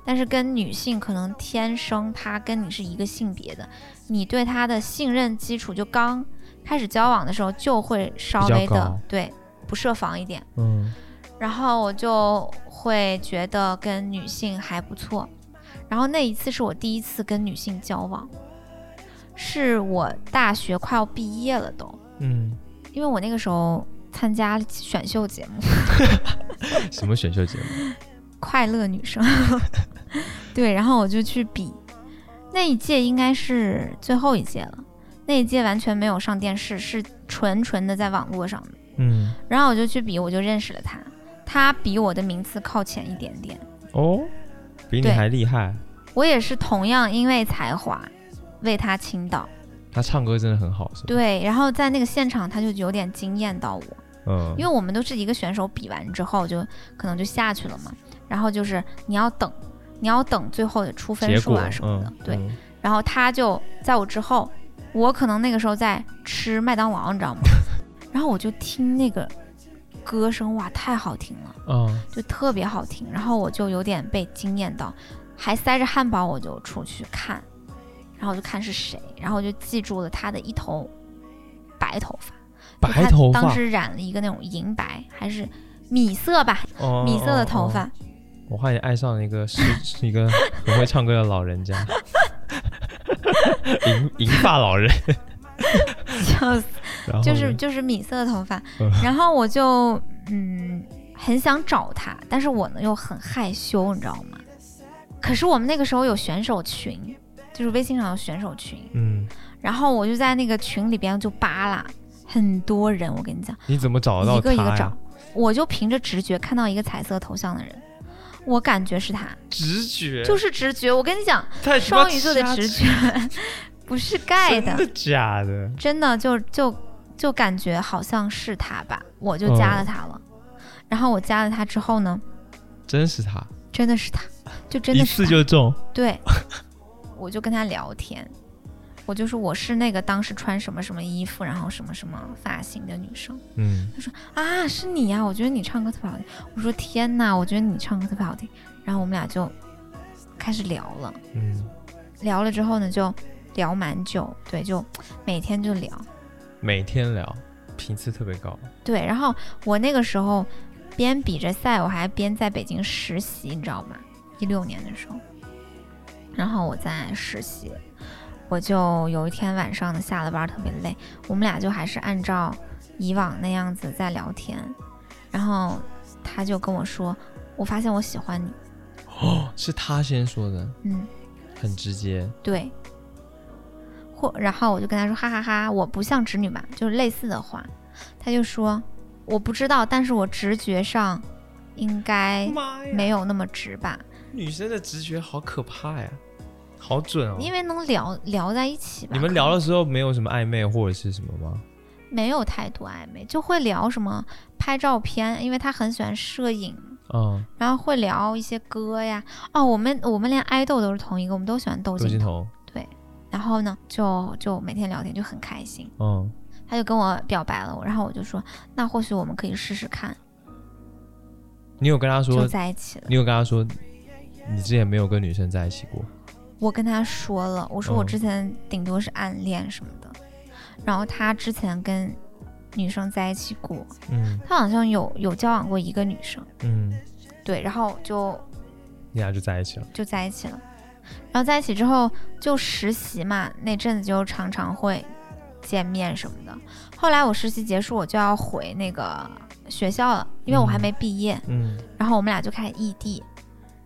Speaker 1: 但是跟女性可能天生她跟你是一个性别的，你对她的信任基础就刚开始交往的时候就会稍
Speaker 3: 比较
Speaker 1: 微的
Speaker 3: 高
Speaker 1: 对不设防一点。
Speaker 3: 嗯
Speaker 1: 然后我就会觉得跟女性还不错。然后那一次是我第一次跟女性交往，是我大学快要毕业了都，
Speaker 3: 嗯，
Speaker 1: 因为我那个时候参加选秀节目《
Speaker 3: 什么选秀节目？
Speaker 1: 快乐女生》， 对，然后我就去比，那一届应该是最后一届了，那一届完全没有上电视，是纯纯的在网络上的。
Speaker 3: 嗯
Speaker 1: 然后我就去比，我就认识了她，她比我的名次靠前一点点。
Speaker 3: 哦，比你
Speaker 1: 对
Speaker 3: 还厉害
Speaker 1: 我也是同样因为才华为他倾倒，
Speaker 3: 他唱歌真的很好，是吧？
Speaker 1: 对，然后在那个现场他就有点惊艳到我，
Speaker 3: 嗯，
Speaker 1: 因为我们都是一个选手比完之后就可能就下去了嘛，然后就是你要等，你要等最后的出分
Speaker 3: 结
Speaker 1: 数
Speaker 3: 果
Speaker 1: 啊什么的，
Speaker 3: 嗯、
Speaker 1: 对。
Speaker 3: 嗯
Speaker 1: 然后他就在我之后，我可能那个时候在吃麦当劳，你知 道吗？然后我就听那个歌声，哇，太好听了，
Speaker 3: 啊，
Speaker 1: 就特别好听。然后我就有点被惊艳到，还塞着汉堡我就出去看，然后我就看是谁，然后我就记住了他的一头白头发，就
Speaker 3: 白
Speaker 1: 他
Speaker 3: 头发，
Speaker 1: 当时染了一个那种银白还是米色吧，
Speaker 3: 哦
Speaker 1: 米色的头。
Speaker 3: 哦哦
Speaker 1: 发。
Speaker 3: 我差点爱上了一个是是 一个很会唱歌的老人家， 银银发老人，
Speaker 1: 笑死！
Speaker 3: 然后
Speaker 1: 就是
Speaker 3: 呢
Speaker 1: 就是米色的头发
Speaker 3: 哦嗯，
Speaker 1: 然后我就嗯很想找他，但是我呢又很害羞，你知道吗？可是我们那个时候有选手群，就是微信上有选手群，
Speaker 3: 嗯，
Speaker 1: 然后我就在那个群里边就扒拉很多人，我跟你讲，
Speaker 3: 你怎么找得到
Speaker 1: 一
Speaker 3: 他
Speaker 1: 个
Speaker 3: 呀？
Speaker 1: 一个找，我就凭着直觉看到一个彩色头像的人，我感觉是他，
Speaker 3: 直觉
Speaker 1: 就是直觉，我跟你讲，
Speaker 3: 太他妈
Speaker 1: 双鱼座的
Speaker 3: 瞎
Speaker 1: 直觉 不是盖的
Speaker 3: 真，的假的？
Speaker 1: 真的就就就感觉好像是他吧，我
Speaker 3: 嗯
Speaker 1: 就加了他了。然后我加了他之后呢，
Speaker 3: 真是他，
Speaker 1: 真的是他，就真
Speaker 3: 一
Speaker 1: 的是
Speaker 3: 次
Speaker 1: 他
Speaker 3: 就中，
Speaker 1: 对，我就跟他聊天，我就说我是那个当时穿什么什么衣服，然后什么什么发型的女生
Speaker 3: 嗯，
Speaker 1: 啊，是你呀、我觉得你唱歌特别好听。我说天呐，我觉得你唱歌特别好听。然后我们俩就开始聊了。
Speaker 3: 嗯，
Speaker 1: 聊了之后呢，就聊蛮久，对，就每天就聊，
Speaker 3: 每天聊，频次特别高，
Speaker 1: 对。然后我那个时候边比着赛，我还边在北京实习，你知道吗？一六年的时候，然后我在实习，我就有一天晚上呢，下了班特别累，我们俩就还是按照以往那样子在聊天，然后他就跟我说，我发现我喜欢你，
Speaker 3: 哦，是他先说的，
Speaker 1: 嗯，
Speaker 3: 很直接，
Speaker 1: 对，或然后我就跟他说哈哈哈我不像直女吧，就是类似的话，他就说我不知道，但是我直觉上应该
Speaker 3: 妈呀，
Speaker 1: 哎没有那么直吧，
Speaker 3: 女生的直觉好可怕呀，好准哦。
Speaker 1: 因为能聊聊在一起吧。
Speaker 3: 你们
Speaker 1: 可
Speaker 3: 聊
Speaker 1: 能
Speaker 3: 的时候没有什么暧昧或者是什么吗？
Speaker 1: 没有太多暧昧，就会聊什么拍照片，因为他很喜欢摄影。
Speaker 3: 嗯，
Speaker 1: 然后会聊一些歌呀，哦，我们我们连爱豆都是同一个，我们都喜欢窦
Speaker 3: 窦
Speaker 1: 靖
Speaker 3: 靖
Speaker 1: 童。
Speaker 3: 童，
Speaker 1: 然后呢，就就每天聊天就很开心。
Speaker 3: 嗯，
Speaker 1: 他就跟我表白了，然后我就说，那或许我们可以试试看，
Speaker 3: 你有跟他
Speaker 1: 就
Speaker 3: 说，
Speaker 1: 在一起了。
Speaker 3: 你有跟他说，你之前没有跟女生在一起过，
Speaker 1: 我跟他说了，我说我
Speaker 3: 嗯
Speaker 1: 之前顶多是暗恋什么的，然后他之前跟女生在一起过，
Speaker 3: 嗯
Speaker 1: 他好像有有交往过一个女生，
Speaker 3: 嗯，
Speaker 1: 对，然后就
Speaker 3: 你俩就在一起了，
Speaker 1: 就在一起了。然后在一起之后就实习嘛，那阵子就常常会见面什么的。后来我实习结束，我就要回那个学校了，因为我还
Speaker 3: 嗯
Speaker 1: 没毕业。
Speaker 3: 嗯
Speaker 1: 然后我们俩就开始异地，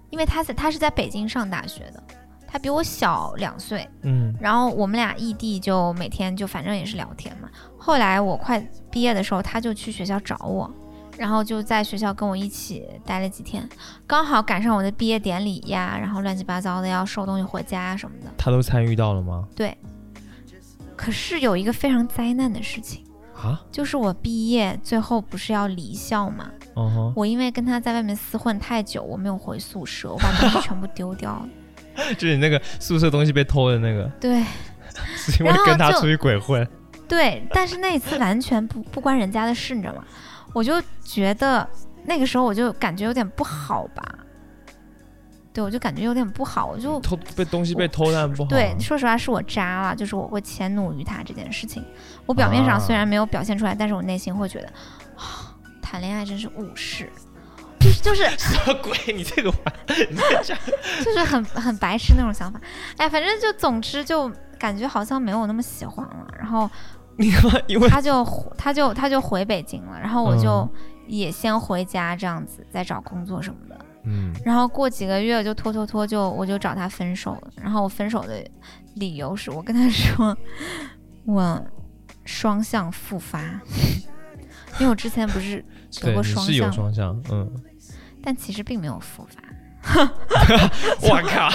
Speaker 1: 因为他是他是在北京上大学的，他比我小两岁，
Speaker 3: 嗯
Speaker 1: 然后我们俩异地就每天就反正也是聊天嘛。后来我快毕业的时候，他就去学校找我，然后就在学校跟我一起待了几天，刚好赶上我的毕业典礼呀，然后乱七八糟的要收东西回家什么的。
Speaker 3: 他都参与到了吗？
Speaker 1: 可是有一个非常灾难的事情，
Speaker 3: 啊，
Speaker 1: 就是我毕业最后不是要离校嘛，
Speaker 3: 嗯哼，
Speaker 1: 我因为跟他在外面厮混太久，我没有回宿舍，我把东西全部丢掉了。
Speaker 3: 就是你那个宿舍东西被偷的那个，
Speaker 1: 对
Speaker 3: 是因为
Speaker 1: 然后
Speaker 3: 跟他
Speaker 1: 就
Speaker 3: 出去鬼混，
Speaker 1: 对，但是那一次完全不不关人家的事，你知道吗？我就觉得那个时候我就感觉有点不好吧，对我就感觉有点不好，我就
Speaker 3: 偷被东西被偷，但不好啊，
Speaker 1: 对，说实话是我渣了，就是我会迁怒于他这件事情。我表面上虽然没有表现出来，但是我内心会觉得，啊、谈恋爱真是误事，就是就是
Speaker 3: 什么鬼？你这个玩，你这
Speaker 1: 就是很很白痴那种想法。哎，反正就总之就感觉好像没有那么喜欢了。然后
Speaker 3: 你他妈因为
Speaker 1: 他就回他就他就回北京了，然后我就
Speaker 3: 嗯
Speaker 1: 也先回家这样子，再找工作什么的。
Speaker 3: 嗯
Speaker 1: 然后过几个月就拖拖拖就我就找他分手了。然后我分手的理由是我跟他说我双向复发， 因为我之前不是得
Speaker 3: 对，
Speaker 1: 过
Speaker 3: 你
Speaker 1: 双
Speaker 3: 是有
Speaker 1: 向，
Speaker 3: 双向， 嗯，
Speaker 1: 但其实并没有复发。
Speaker 3: 我靠，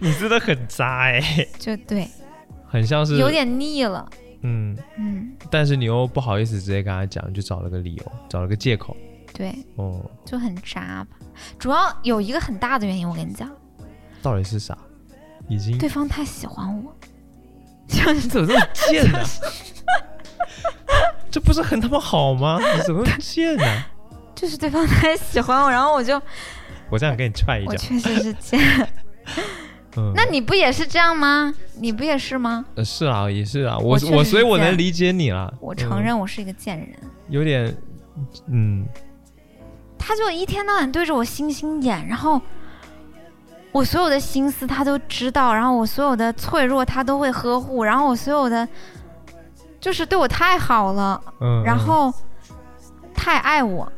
Speaker 3: 你真的很渣哎，
Speaker 1: 就对，
Speaker 3: 很像是
Speaker 1: 有点腻了。
Speaker 3: 嗯，
Speaker 1: 嗯，
Speaker 3: 但是你又不好意思直接跟他讲，就找了个理由，找了个借口。
Speaker 1: 对，
Speaker 3: 哦，
Speaker 1: 就很渣吧。主要有一个很大的原因，我跟你讲，
Speaker 3: 到底是啥？已经
Speaker 1: 对方太喜欢 我，
Speaker 3: 你怎么这么贱呢、这不是很他妈好吗？你怎么那么贱啊呢、
Speaker 1: 就是对方太喜欢我，然后我就
Speaker 3: 我这样给你踹一
Speaker 1: 我
Speaker 3: 脚。
Speaker 1: 确实是这样。
Speaker 3: 嗯，
Speaker 1: 那你不也是这样吗？你不也是吗？
Speaker 3: 呃是啊，也是啊，
Speaker 1: 我
Speaker 3: 我
Speaker 1: 确
Speaker 3: 我
Speaker 1: 实
Speaker 3: 所以
Speaker 1: 是
Speaker 3: 我
Speaker 1: 这样
Speaker 3: 能理解你啦。
Speaker 1: 我
Speaker 3: 嗯
Speaker 1: 承认我是一个贱人，
Speaker 3: 有点，嗯，
Speaker 1: 他就一天到晚对着我星星眼，然后我所有的心思他都知道，然后我所有的脆弱他都会呵护，然后我所有的就是对我太好了，
Speaker 3: 嗯，
Speaker 1: 然后太爱我，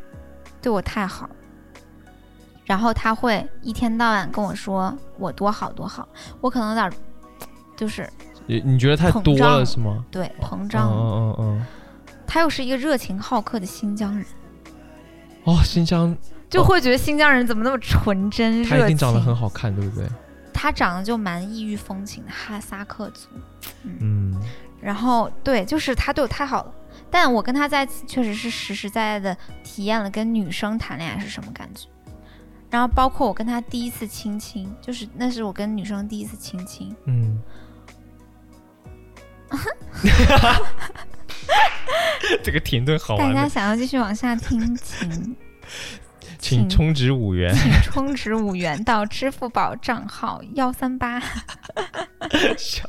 Speaker 1: 对我太好，然后他会一天到晚跟我说我多好多好，我可能有点儿就是
Speaker 3: 你你觉得太
Speaker 1: 膨
Speaker 3: 多
Speaker 1: 胀
Speaker 3: 了
Speaker 1: 了
Speaker 3: 是吗？
Speaker 1: 对膨
Speaker 3: 嗯
Speaker 1: 胀，
Speaker 3: 嗯嗯嗯，
Speaker 1: 他又是一个热情好客的新疆人，
Speaker 3: 哦，新疆
Speaker 1: 就
Speaker 3: 哦
Speaker 1: 会觉得新疆人怎么那么纯真
Speaker 3: 他一
Speaker 1: 热
Speaker 3: 定
Speaker 1: 情。
Speaker 3: 长得很好看，对不对？
Speaker 1: 他长得就蛮异域风情的哈萨克族，
Speaker 3: 嗯，
Speaker 1: 然后对，就是他对我太好了。但我跟他在一起，确实是实实在在的体验了跟女生谈恋爱是什么感觉。然后包括我跟他第一次亲亲，就是那是我跟女生第一次亲亲，
Speaker 3: 嗯，这个停顿好
Speaker 1: 大
Speaker 3: 玩
Speaker 1: 家
Speaker 3: 的，
Speaker 1: 想要继续往下听，请
Speaker 3: 请
Speaker 1: 请
Speaker 3: 充值五元。
Speaker 1: 请充值五元到支付宝账号幺三八。
Speaker 3: 笑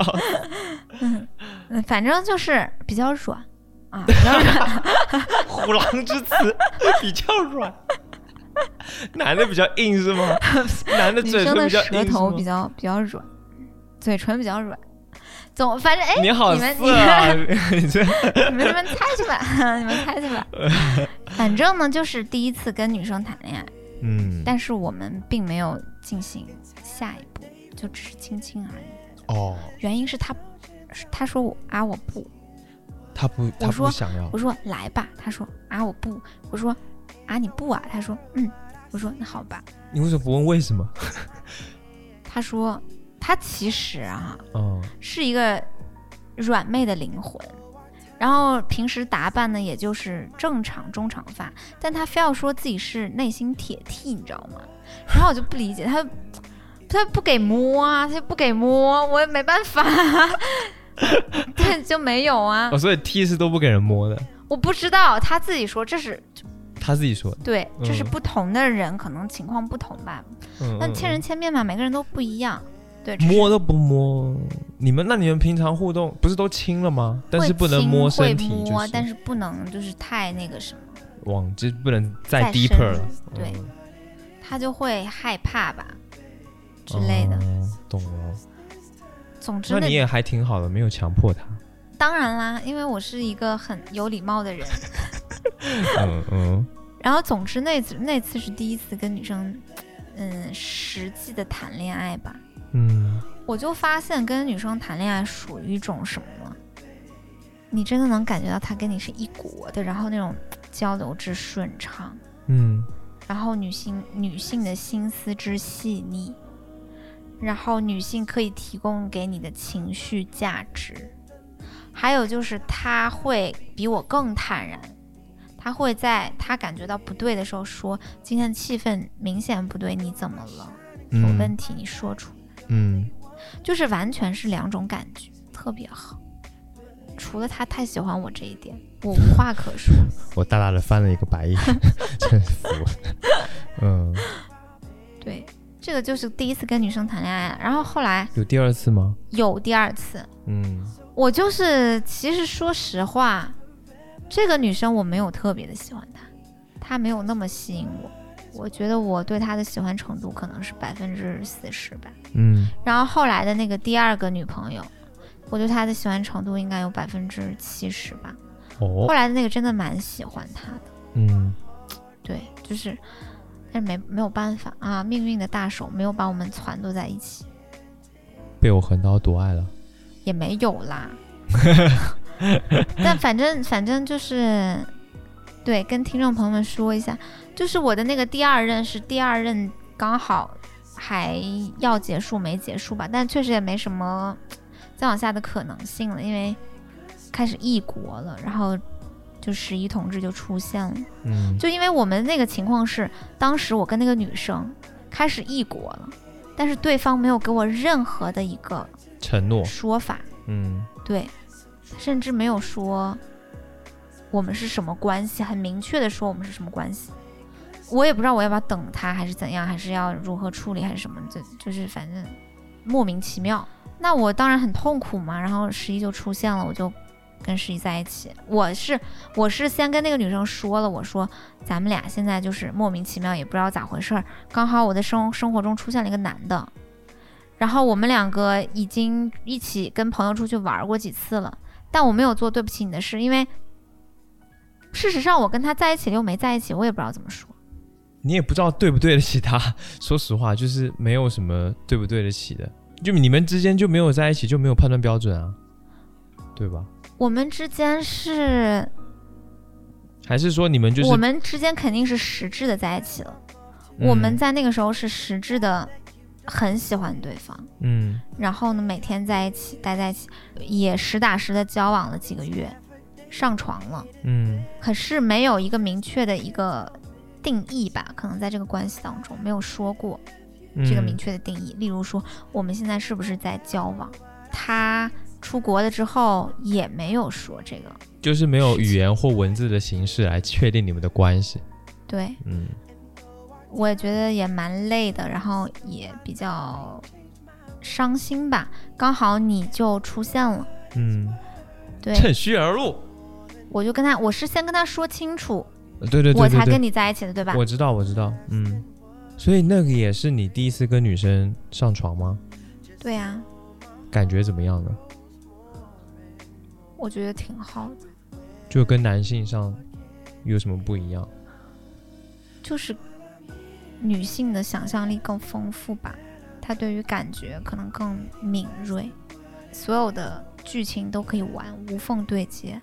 Speaker 1: 嗯，反正就是比较软啊，比 较软。
Speaker 3: 虎狼之词比较 软，男的比较硬是吗？男的
Speaker 1: 女
Speaker 3: 嘴
Speaker 1: 生
Speaker 3: 唇
Speaker 1: 的
Speaker 3: 比较
Speaker 1: 舌
Speaker 3: 硬是
Speaker 1: 头
Speaker 3: 吗
Speaker 1: 比？较比较软，嘴唇比较软。总反正哎，
Speaker 3: 你好
Speaker 1: 你们
Speaker 3: 色啊！ 你这
Speaker 1: 你们你们猜去吧，你 们猜 去吧。反正呢，就是第一次跟女生谈恋爱，
Speaker 3: 嗯，
Speaker 1: 但是我们并没有进行下一步，就只是亲亲而已。
Speaker 3: 哦，
Speaker 1: 原因是他，他说我啊我不，
Speaker 3: 他不，他
Speaker 1: 我说
Speaker 3: 不想要
Speaker 1: 我，说来吧，他说啊我不，我说啊你不啊，他说嗯，我说那好吧，
Speaker 3: 你为什么不问为什么？
Speaker 1: 他说他其实啊，
Speaker 3: 嗯
Speaker 1: 是一个软妹的灵魂。然后平时打扮呢，也就是正常中长发，但她非要说自己是内心铁 T，你知道吗？然后我就不理解，她她不给摸啊，她就不给摸，我也没办法、啊， 对，就没有啊
Speaker 3: 哦，，所以 T 是都不给人摸的，
Speaker 1: 我不知道，她自己说这是
Speaker 3: 他自己说的。
Speaker 1: 对，这是
Speaker 3: 嗯
Speaker 1: 不同的人，可能情况不同吧，
Speaker 3: 嗯，
Speaker 1: 但
Speaker 3: 嗯
Speaker 1: 千人千面嘛，每个人都不一样，对，
Speaker 3: 嗯
Speaker 1: 这是
Speaker 3: 摸都不摸，你们那你们平常互动不是都亲了吗？但
Speaker 1: 会
Speaker 3: 是不能
Speaker 1: 亲
Speaker 3: 摸
Speaker 1: 会
Speaker 3: 身体，就
Speaker 1: 摸，但是不能就是太那个什么。
Speaker 3: 往这不能再
Speaker 1: 再深
Speaker 3: deeper 了，
Speaker 1: 对
Speaker 3: 嗯
Speaker 1: 他就会害怕吧之类的。
Speaker 3: 哦懂了。
Speaker 1: 总之
Speaker 3: 那
Speaker 1: 那
Speaker 3: 你也还挺好的，没有 强迫他。
Speaker 1: 当然啦，因为我是一个很有礼貌的 人。
Speaker 3: 嗯嗯
Speaker 1: 然后总之那次那次是第一次跟女生，嗯，实际的谈恋爱吧。
Speaker 3: 嗯，
Speaker 1: 我就发现跟女生谈恋爱属于一种什么呢？你真的能感觉到她跟你是一国的，然后那种交流之顺畅，
Speaker 3: 嗯，
Speaker 1: 然后女性女性的心思之细腻，然后女性可以提供给你的情绪价值，还有就是她会比我更坦然，她会在她感觉到不对的时候说：“今天的气氛明显不对，你怎么了？有
Speaker 3: 嗯
Speaker 1: 问题你说出。
Speaker 3: 嗯，”
Speaker 1: 就是完全是两种感觉，特别好。除了她太喜欢我这一点，我无话可说。
Speaker 3: 我大大的翻了一个 白眼，真服。嗯，
Speaker 1: 对，这个就是第一次跟女生谈恋爱啊了，然后后来
Speaker 3: 有第二次吗？
Speaker 1: 有第二次。
Speaker 3: 嗯
Speaker 1: 我就是，其实说实话，这个女生我没有特别的喜欢她，她没有那么吸引我。我觉得我对她的喜欢程度可能是百分之四十吧。
Speaker 3: 嗯，
Speaker 1: 然后后来的那个第二个女朋友，我对她的喜欢程度应该有百分之七十吧。后
Speaker 3: 哦，
Speaker 1: 来的那个真的蛮喜欢她的，
Speaker 3: 嗯，
Speaker 1: 对，就是，但是没没有办法啊，命运的大手没有把我们撺掇在一起。
Speaker 3: 被我横刀夺爱了。
Speaker 1: 也没有啦。但反正反正就是，对，跟听众朋友们说一下，就是我的那个第二任是第二任刚好还要结束没结束吧，但确实也没什么再往下的可能性了，因为开始异国了，然后就十一同志就出现了。
Speaker 3: 嗯，
Speaker 1: 就因为我们那个情况是，当时我跟那个女生开始异国了，但是对方没有给我任何的一个
Speaker 3: 承诺，
Speaker 1: 说法，
Speaker 3: 嗯
Speaker 1: 对，甚至没有说我们是什么关系，很明确的说我们是什么关系。我也不知道我要不要等他，还是怎样，还是要如何处理，还是什么，就就是反正莫名其妙。那我当然很痛苦嘛。然后十一就出现了，我就跟十一在一起。我是我是先跟那个女生说了，我说咱们俩现在就是莫名其妙，也不知道咋回事儿。刚好我的生生活中出现了一个男的，然后我们两个已经一起跟朋友出去玩过几次了，但我没有做对不起你的事，因为事实上我跟他在一起又没在一起，我也不知道怎么说。
Speaker 3: 你也不知道对不对得起他。 说实话，就是没有什么对不对得起的，就你们之间就没有在一起，就没有判断标准啊，对吧？
Speaker 1: 我们之间是，
Speaker 3: 还是说你们就是嗯
Speaker 1: 我们之间肯定是实质的在一起了。我们在那个时候是实质的很喜欢对方，
Speaker 3: 嗯
Speaker 1: 然后呢每天在一起待在一起，也实打实的交往了几个月，上床了。
Speaker 3: 嗯
Speaker 1: 可是没有一个明确的一个定义吧，可能在这个关系当中没有说过
Speaker 3: 嗯
Speaker 1: 这个明确的定义。例如说，我们现在是不是在交往？他出国了之后也没有说这个，
Speaker 3: 就是没有语言或文字的形式来确定你们的关系，
Speaker 1: 对
Speaker 3: 嗯
Speaker 1: 我也觉得也蛮累的，然后也比较伤心吧。刚好你就出现了，
Speaker 3: 嗯，
Speaker 1: 对
Speaker 3: 趁虚而入，
Speaker 1: 我就跟他，我是先跟他说清楚，
Speaker 3: 对对对
Speaker 1: 我
Speaker 3: 对
Speaker 1: 才
Speaker 3: 对
Speaker 1: 跟你在一起的，对吧？
Speaker 3: 我知道，我知道，嗯。所以那个也是你第一次跟女生上床吗？
Speaker 1: 对呀、
Speaker 3: 感觉怎么样呢？
Speaker 1: 我觉得挺好的。
Speaker 3: 就跟男性上有什么不一样？
Speaker 1: 就是女性的想象力更丰富吧，她对于感觉可能更敏锐，所有的剧情都可以玩，无缝对接。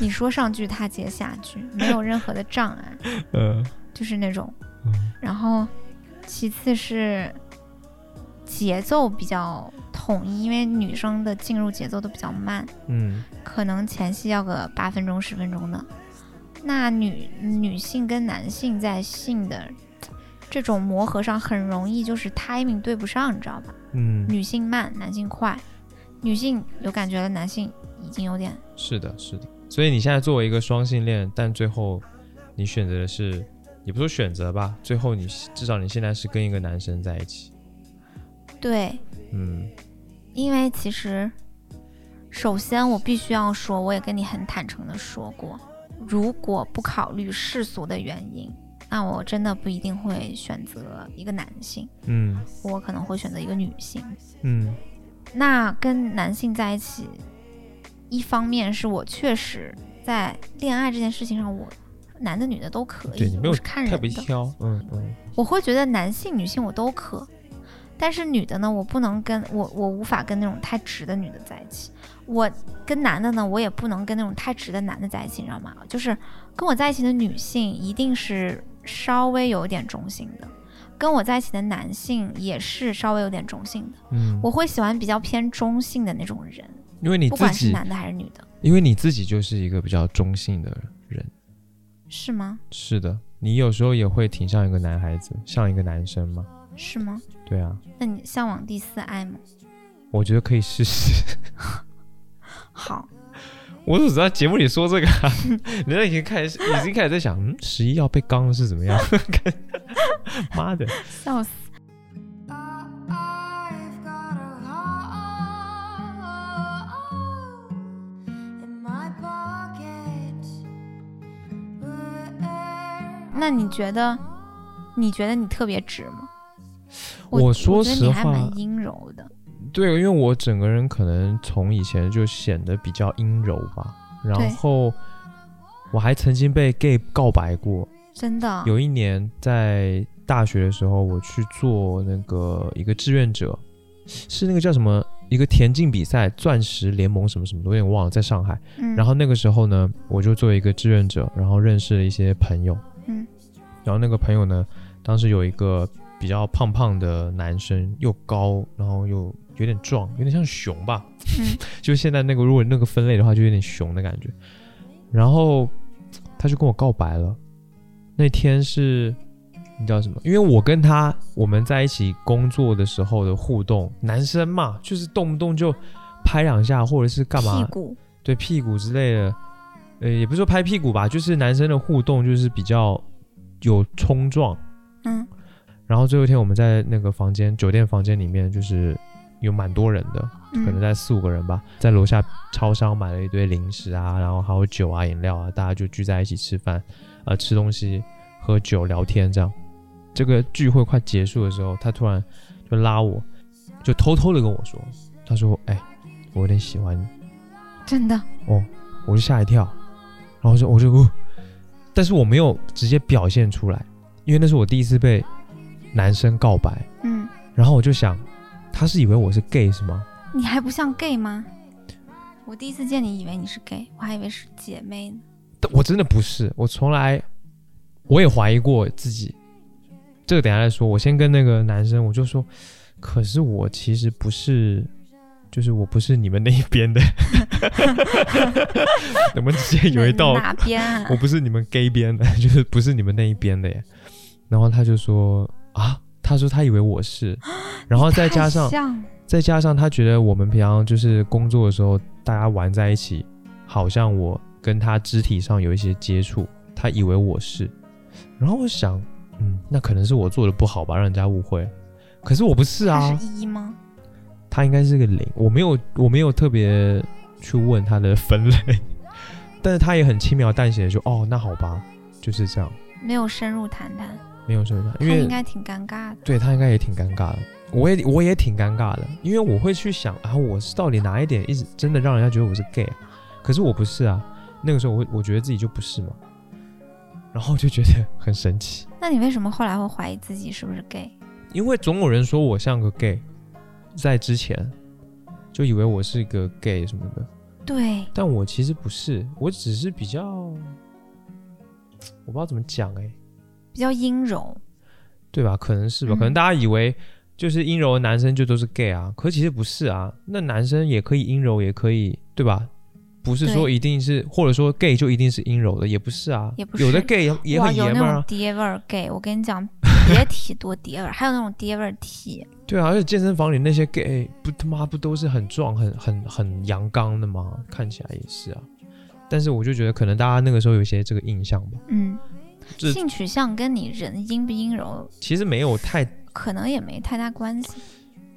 Speaker 1: 你说上句，她接下句，没有任何的障碍，
Speaker 3: 呃，
Speaker 1: 就是那种。然后，其次是节奏比较统一，因为女生的进入节奏都比较慢，
Speaker 3: 嗯
Speaker 1: 可能前戏要个八分钟十分钟的。那女女性跟男性在性的这种磨合上，很容易就是 timing 对不上，你知道吧？
Speaker 3: 嗯，
Speaker 1: 女性慢，男性快，女性有感觉了，男性已经有点
Speaker 3: 是的，是的。所以你现在作为一个双性恋，但最后你选择的是，也不说选择吧，最后你至少你现在是跟一个男生在一起，
Speaker 1: 对，
Speaker 3: 嗯
Speaker 1: 因为其实首先我必须要说，我也跟你很坦诚的说过，如果不考虑世俗的原因，那我真的不一定会选择一个男性，
Speaker 3: 嗯
Speaker 1: 我可能会选择一个女性。
Speaker 3: 嗯
Speaker 1: 那跟男性在一起，一方面是我确实在恋爱这件事情上，我男的女的都可
Speaker 3: 对
Speaker 1: 以
Speaker 3: 你，没有
Speaker 1: 我是看
Speaker 3: 特别
Speaker 1: 人的，
Speaker 3: 挑，嗯嗯
Speaker 1: 我会觉得男性女性我都可，但是女的呢，我不能跟我我无法跟那种太直的女的在一起，我跟男的呢，我也不能跟那种太直的男的在一起，你知道吗？就是跟我在一起的女性一定是稍微有点中性的，跟我在一起的男性也是稍微有点中性的。
Speaker 3: 嗯，
Speaker 1: 我会喜欢比较偏中性的那种人，
Speaker 3: 因为你
Speaker 1: 不
Speaker 3: 自
Speaker 1: 管是
Speaker 3: 己，
Speaker 1: 男的还是女的，
Speaker 3: 因为你自己就是一个比较中性的人，
Speaker 1: 是吗？
Speaker 3: 是的，你有时候也会挺像一个男孩子，像一个男生嘛，
Speaker 1: 是吗？
Speaker 3: 对啊，
Speaker 1: 那你向往第四爱吗？
Speaker 3: 我觉得可以试试。
Speaker 1: 好，
Speaker 3: 我只知道节目里说这个、啊， 人家已经开始已经开始在想，嗯，十一要被刚了是怎么样？ 妈的，
Speaker 1: 笑死！
Speaker 5: I've got a hole in my pocket. Where
Speaker 1: 那你觉得，你觉得你特别直吗？
Speaker 3: 我
Speaker 1: 我
Speaker 3: 说
Speaker 1: 觉得
Speaker 3: 实
Speaker 1: 你还
Speaker 3: 话
Speaker 1: 蛮阴柔的。
Speaker 3: 对，因为我整个人可能从以前就显得比较阴柔吧，然后我还曾经被 gay 告白过。
Speaker 1: 真的，
Speaker 3: 有一年在大学的时候，我去做那个一个志愿者，是那个叫什么一个田径比赛，钻石联盟什么什么的，我有点忘了，在上海。
Speaker 1: 嗯，
Speaker 3: 然后那个时候呢，我就作为一个志愿者，然后认识了一些朋友。
Speaker 1: 嗯，
Speaker 3: 然后那个朋友呢，当时有一个比较胖胖的男生，又高，然后又有点壮，有点像熊吧。
Speaker 1: 嗯
Speaker 3: 就现在那个如果那个分类的话，就有点熊的感觉。然后他就跟我告白了，那天是你知道什么？因为我跟他我们在一起工作的时候的互动，男生嘛，就是动不动就拍两下或者是干嘛，
Speaker 1: 屁股
Speaker 3: 对屁股之类的，呃，也不是说拍屁股吧，就是男生的互动就是比较有冲撞。
Speaker 1: 嗯
Speaker 3: 然后最后一天我们在那个房间，酒店房间里面就是有蛮多人的，
Speaker 1: 嗯，
Speaker 3: 可能在四五个人吧，在楼下超商买了一堆零食啊，然后还有酒啊、饮料啊，大家就聚在一起吃饭，呃，吃东西、喝酒、聊天这样。这个聚会快结束的时候，他突然就拉我，就偷偷的跟我说，他说：“哎，我有点喜欢你。”
Speaker 1: 嗯真的
Speaker 3: 我就吓一跳，然后就我就、呃，但是我没有直接表现出来，因为那是我第一次被男生告白，
Speaker 1: 嗯，
Speaker 3: 然后我就想，他是以为我是 gay 是吗？
Speaker 1: 你还不像 gay 吗？我第一次见你，以为你是 gay，我还以为是姐妹呢。
Speaker 3: 但我真的不是，我从来我也怀疑过自己。这个等一下再说，我先跟那个男生，我就说，可是我其实不是，就是我不是你们那一边的，怎么直接有一道
Speaker 1: 哪边啊？
Speaker 3: 我不是你们 gay 边的， 就是不是你们那一边的耶。然后他就说啊，他说他以为我是，然后再加上
Speaker 1: 太像
Speaker 3: 再加上他觉得我们平常就是工作的时候大家玩在一起，好像我跟他肢体上有一些接触，他以为我是。然后我想，嗯，那可能是我做的不好吧，让人家误会。可是我不是啊，
Speaker 1: 他是一吗？
Speaker 3: 他应该是个零，我没有我没有特别去问他的分类， 但是他也很轻描淡写的说，哦，那好吧，就是这样，
Speaker 1: 没有深入谈谈，
Speaker 3: 没有什么，
Speaker 1: 他
Speaker 3: 因为
Speaker 1: 应该挺尴尬的。
Speaker 3: 对他应该也挺尴尬的，我也我也挺尴尬的，因为我会去想啊，我是到底哪一点一直真的让人家觉得我是 gay，、啊、可是我不是啊，那个时候我我觉得自己就不是嘛，然后我就觉得很神奇，
Speaker 1: 那你为什么后来会怀疑自己是不是 gay？
Speaker 3: 因为总有人说我像个 gay，在之前就以为我是个 gay 什么的。
Speaker 1: 对，
Speaker 3: 但我其实不是，我只是比较，我不知道怎么讲哎、
Speaker 1: 比较阴柔。
Speaker 3: 对吧？可能是吧，
Speaker 1: 嗯
Speaker 3: 可能大家以为就是阴柔的男生就都是 gay 啊，可其实不是啊。那男生也可以阴柔，也可以对吧？不是说
Speaker 1: 对
Speaker 3: 一定是，或者说 gay 就一定是阴柔的，也不是啊。
Speaker 1: 也不是
Speaker 3: 有的 gay 也也
Speaker 1: 哇，
Speaker 3: 很
Speaker 1: 有
Speaker 3: 爷们
Speaker 1: 那
Speaker 3: 儿
Speaker 1: 种
Speaker 3: 啊，
Speaker 1: 爹味儿 gay，我跟你 讲，别提多爹味儿，还有那种爹味儿 T，
Speaker 3: 对啊。而且健身房里那些 gay 哎不他妈不都是很壮、很很很阳刚的吗？看起来也是啊。但是我就觉得，可能大家那个时候有一些这个印象吧，
Speaker 1: 嗯，
Speaker 3: 这
Speaker 1: 性取向跟你人阴不阴柔
Speaker 3: 其实没有太
Speaker 1: 可能也没太大关系。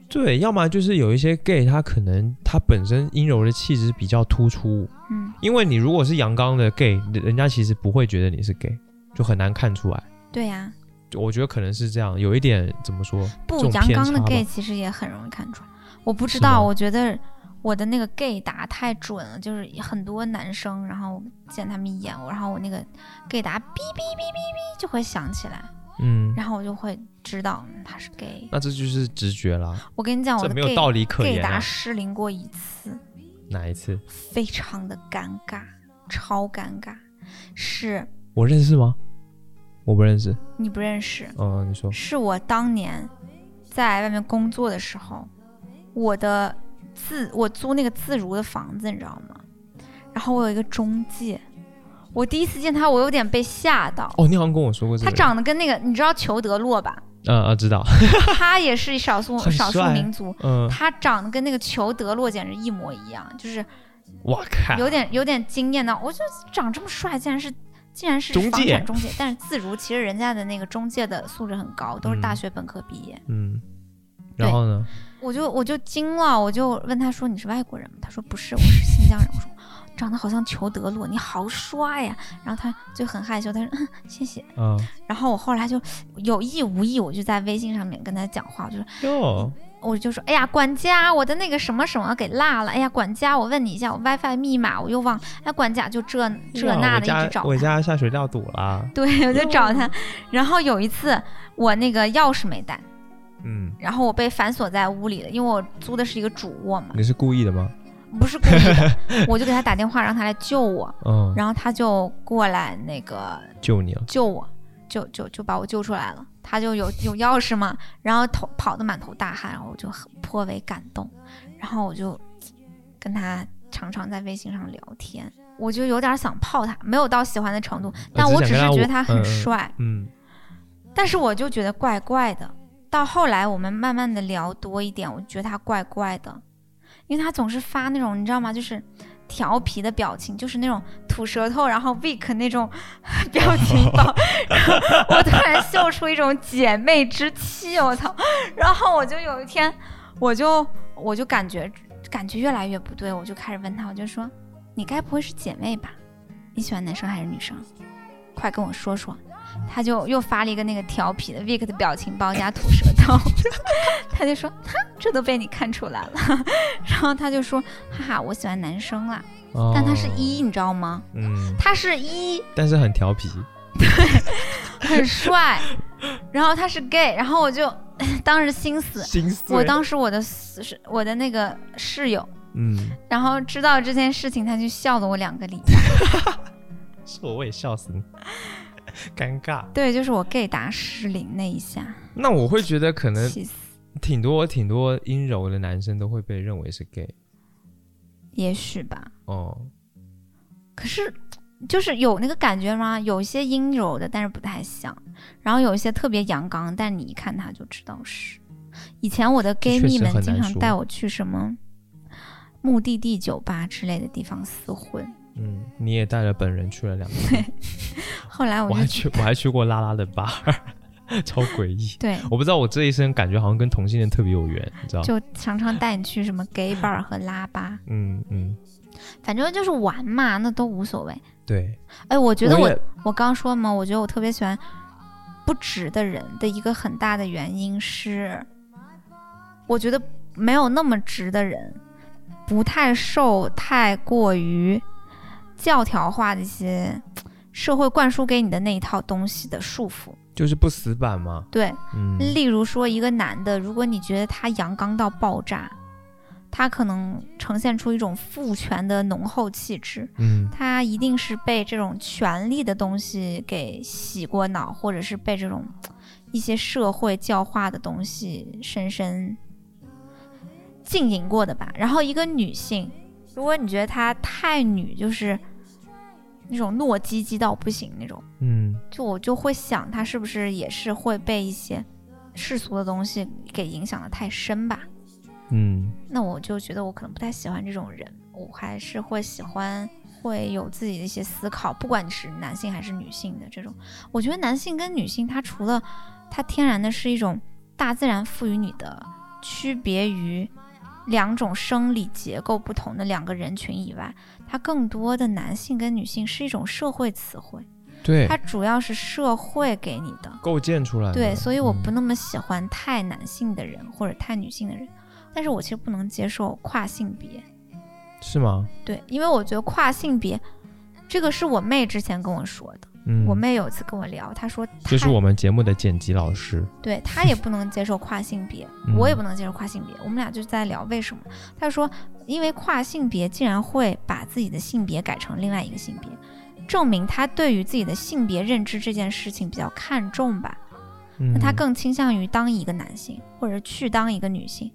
Speaker 3: 对，要么就是有一些 gay，他可能他本身阴柔的气质比较突出，
Speaker 1: 嗯，
Speaker 3: 因为你如果是阳刚的 gay，人人家其实不会觉得你是 gay，就很难看出来。
Speaker 1: 对呀、
Speaker 3: 就我觉得可能是这样，有一点怎么说？这
Speaker 1: 不
Speaker 3: 种
Speaker 1: 阳
Speaker 3: 偏
Speaker 1: 刚的
Speaker 3: 差吧
Speaker 1: gay 其实也很容易看出来。我不知
Speaker 3: 是吗
Speaker 1: 道，我觉得我的那个 gay 打太准了，就是很多男生，然后见他们一眼，我然后我那个 gay 打哔哔哔哔哔就会响起来，
Speaker 3: 嗯，
Speaker 1: 然后我就会知道嗯他是 gay。
Speaker 3: 那这就是直觉啦，
Speaker 1: 我跟你讲，我
Speaker 3: 这
Speaker 1: 的
Speaker 3: 没有
Speaker 1: gay
Speaker 3: 道理可
Speaker 1: gay
Speaker 3: 言
Speaker 1: 达
Speaker 3: 啊。
Speaker 1: 失灵过一次，
Speaker 3: 哪一次？
Speaker 1: 非常的尴尬，超尴尬，是
Speaker 3: 我认识吗？我不认识。
Speaker 1: 你不认识，
Speaker 3: 嗯，你说
Speaker 1: 是我当年在外面工作的时候，我的自我租那个自如的房子，你知道吗？然后我有一个中介，我第一次见他，我有点被吓到。
Speaker 3: 哦，你好像跟我说过这
Speaker 1: 他
Speaker 3: 个人。
Speaker 1: 长得跟那个，你知道裘德洛吧？
Speaker 3: 嗯嗯，知道。
Speaker 1: 他也是少数
Speaker 3: 很
Speaker 1: 少数
Speaker 3: 帅
Speaker 1: 民族，
Speaker 3: 嗯，
Speaker 1: 他长得跟那个裘德洛简直一模一样，就是
Speaker 3: 我靠，
Speaker 1: 有点有点惊艳到，我就长这么帅，竟然是竟然是
Speaker 3: 中
Speaker 1: 房
Speaker 3: 介
Speaker 1: 产中介，但是自如其实人家的那个中介的素质很高，都是
Speaker 3: 嗯
Speaker 1: 大学本科毕业。
Speaker 3: 嗯，然后呢？
Speaker 1: 我就我就惊了，我就问他说你是外国人吗？他说不是，我是新疆人。我说长得好像裘德洛，你好帅呀、然后他就很害羞，他说嗯谢谢。
Speaker 3: 嗯，
Speaker 1: 然后我后来就有意无意，我就在微信上面跟他讲话，我就说
Speaker 3: 哟，
Speaker 1: 我就说哎呀管家，我的那个什么什么给落了，哎呀管家，我问你一下我 WiFi 密码，我又忘了，哎管家就这这
Speaker 3: 哇
Speaker 1: 那
Speaker 3: 我
Speaker 1: 的一
Speaker 3: 家
Speaker 1: 直找
Speaker 3: 我
Speaker 1: 他。
Speaker 3: 家下水道堵啦。
Speaker 1: 对，我就找他，然后有一次我那个钥匙没带，
Speaker 3: 嗯，
Speaker 1: 然后我被反锁在屋里了，因为我租的是一个主卧嘛，
Speaker 3: 你是故意的吗？
Speaker 1: 不是故意的， 我就给他打电话让他来救我，
Speaker 3: 嗯，
Speaker 1: 然后他就过来那个
Speaker 3: 救你了。
Speaker 1: 救我，就就就把我救出来了。他就有有钥匙嘛，然后头跑得满头大汗，然后我就很颇为感动，然后我就跟他常常在微信上聊天，我就有点想泡他，没有到喜欢的程度，但我
Speaker 3: 呃只
Speaker 1: 只
Speaker 3: 想
Speaker 1: 是
Speaker 3: 跟他
Speaker 1: 觉得他
Speaker 3: 玩嗯嗯
Speaker 1: 很帅，
Speaker 3: 嗯，
Speaker 1: 但是我就觉得怪怪的。到后来我们慢慢的聊多一点，我觉得他怪怪的，因为他总是发那种你知道吗，就是调皮的表情，就是那种吐舌头，然后 weak 那种 表情包。然后我突然嗅出一种姐妹之气，我操！然后我就有一天，我就我就感觉感觉越来越不对，我就开始问他，我就说你该不会是姐妹吧？你喜欢男生还是女生？快跟我说说。他就又发了一个那个调皮的 Vic 的表情包加吐舌头， 他就说哈，这都被你看出来了。 然后他就说哈哈，我喜欢男生啦，
Speaker 3: 哦
Speaker 1: 但他是一，你知道吗？
Speaker 3: 嗯，
Speaker 1: 他是一，
Speaker 3: 但是很调皮，
Speaker 1: 很帅，然后他是 gay，然后我就当时心死。
Speaker 3: 心碎
Speaker 1: 我当时我的死是我的那个室友，
Speaker 3: 嗯，
Speaker 1: 然后知道这件事情，他就笑了我两个礼拜。
Speaker 3: 是我我也笑死你， 尴尬。
Speaker 1: 对，就是我 gay 达失灵那一下，
Speaker 3: 那我会觉得可能
Speaker 1: 气死。
Speaker 3: 挺多挺多阴柔的男生都会被认为是 gay
Speaker 1: 也许吧，
Speaker 3: 哦，
Speaker 1: 可是就是有那个感觉吗？有一些阴柔的，但是不太像；然后有一些特别阳刚，但你一看他就知道是。以前我的 gay
Speaker 3: 确
Speaker 1: 蜜
Speaker 3: 实
Speaker 1: 们
Speaker 3: 很
Speaker 1: 经
Speaker 3: 难
Speaker 1: 常
Speaker 3: 说
Speaker 1: 带我去什么目的地酒吧之类的地方厮混，
Speaker 3: 嗯，你也带了本人去了两次，
Speaker 1: 后来我
Speaker 3: 我还
Speaker 1: 就
Speaker 3: 去我还去过拉拉的 bar，超诡异。
Speaker 1: 对。
Speaker 3: 我不知道我这一生感觉好像跟同性恋特别有缘，你知道？
Speaker 1: 就常常带你去什么 gay bar 和拉吧，
Speaker 3: 嗯嗯，
Speaker 1: 反正就是玩嘛，那都无所谓。
Speaker 3: 对，
Speaker 1: 哎，我觉得
Speaker 3: 我
Speaker 1: 我
Speaker 3: 也
Speaker 1: 我刚说嘛，我觉得我特别喜欢不直的人的一个很大的原因是，我觉得没有那么直的人，不太受太过于教条化的一些社会灌输给你的那一套东西的束缚。
Speaker 3: 就是不死板嘛。
Speaker 1: 对，
Speaker 3: 嗯，
Speaker 1: 例如说一个男的，如果你觉得他阳刚到爆炸，他可能呈现出一种父权的浓厚气质。
Speaker 3: 嗯
Speaker 1: 他一定是被这种权力的东西给洗过脑，或者是被这种嘖一些社会教化的东西深深浸淫过的吧。然后一个女性，如果你觉得她太女，就是那种糯叽叽到不行那种，
Speaker 3: 嗯，
Speaker 1: 就我就会想她是不是也是会被一些世俗的东西给影响的太深吧。
Speaker 3: 嗯，
Speaker 1: 那我就觉得我可能不太喜欢这种人，我还是会喜欢会有自己的一些思考，不管你是男性还是女性的这种。我觉得男性跟女性，它除了它天然的是一种大自然赋予你的区别于两种生理结构不同的两个人群以外，它更多的男性跟女性是一种社会词汇，
Speaker 3: 对
Speaker 1: 它，主要是社会给你的。
Speaker 3: 构建出来的。
Speaker 1: 对，所以我不
Speaker 3: 嗯
Speaker 1: 那么喜欢太男性的人或者太女性的人，但是我其实不能接受跨性别，
Speaker 3: 是吗？
Speaker 1: 对，因为我觉得跨性别这个是我妹之前跟我说的，
Speaker 3: 嗯，
Speaker 1: 我妹有一次跟我聊，她说她
Speaker 3: 就是我们节目的剪辑老师。
Speaker 1: 对她也不能接受跨性别，
Speaker 3: 嗯
Speaker 1: 我也不能接受跨性别，我们俩就在聊为什么，她说因为跨性别竟然会把自己的性别改成另外一个性别。证明他对于自己的性别认知这件事情比较看重吧，
Speaker 3: 嗯
Speaker 1: 那他更倾向于当一个男性，或者去当一个女性。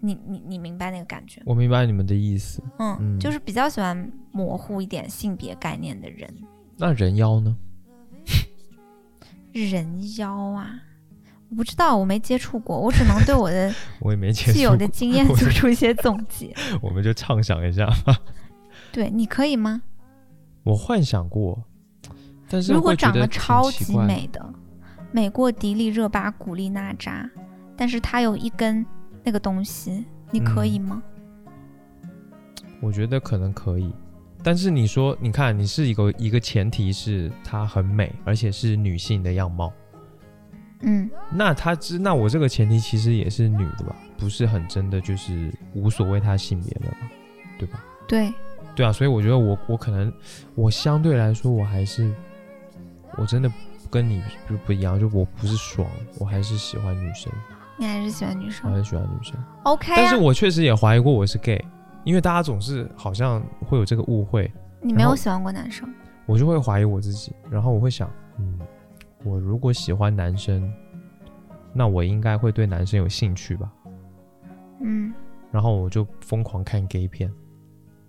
Speaker 1: 你你你明白那个感觉吗？
Speaker 3: 我明白你们的意思。
Speaker 1: 嗯，
Speaker 3: 嗯
Speaker 1: 就是比较喜欢模糊一点性别概念的人。
Speaker 3: 那人妖呢？
Speaker 1: 人妖啊，我不知道，我没接触过，我只能对我的
Speaker 3: 我也没 接
Speaker 1: 既有
Speaker 3: 触过
Speaker 1: 的，经验
Speaker 3: 我
Speaker 1: 做出一些总结。
Speaker 3: 我们就畅想一下。
Speaker 1: 对，你可以吗？
Speaker 3: 我幻想过，但是
Speaker 1: 如果
Speaker 3: 会觉
Speaker 1: 长得
Speaker 3: 挺
Speaker 1: 超
Speaker 3: 奇
Speaker 1: 级
Speaker 3: 怪的，
Speaker 1: 美的，美国迪丽热巴、古力娜扎，但是她有一根那个东西，你可
Speaker 3: 嗯
Speaker 1: 以吗？
Speaker 3: 我觉得可能可以。但是你说，你看，你是一个一个前提是她很美，而且是女性的样貌。
Speaker 1: 嗯
Speaker 3: 那她知，那我这个前提其实也是女的吧，不是很真的，就是无所谓她性别了嘛，对吧？
Speaker 1: 对，
Speaker 3: 对啊，所以我觉得我我可能我相对来说我还是我真的跟你就不一样，就我不是爽，我还是喜欢女生，
Speaker 1: 你还是喜欢女
Speaker 3: 我
Speaker 1: 生。
Speaker 3: 还是喜欢女生。
Speaker 1: OK
Speaker 3: 但
Speaker 1: 啊
Speaker 3: 是，我确实也怀疑过我是 gay，因为大家总是好像会有这个误会，
Speaker 1: 你没
Speaker 3: 然
Speaker 1: 有
Speaker 3: 后
Speaker 1: 喜欢过男生。
Speaker 3: 我就会怀疑我自己，然后我会想，嗯，我如果喜欢男生，那我应该会对男生有兴趣吧，
Speaker 1: 嗯，
Speaker 3: 然后我就疯狂看 gay 片，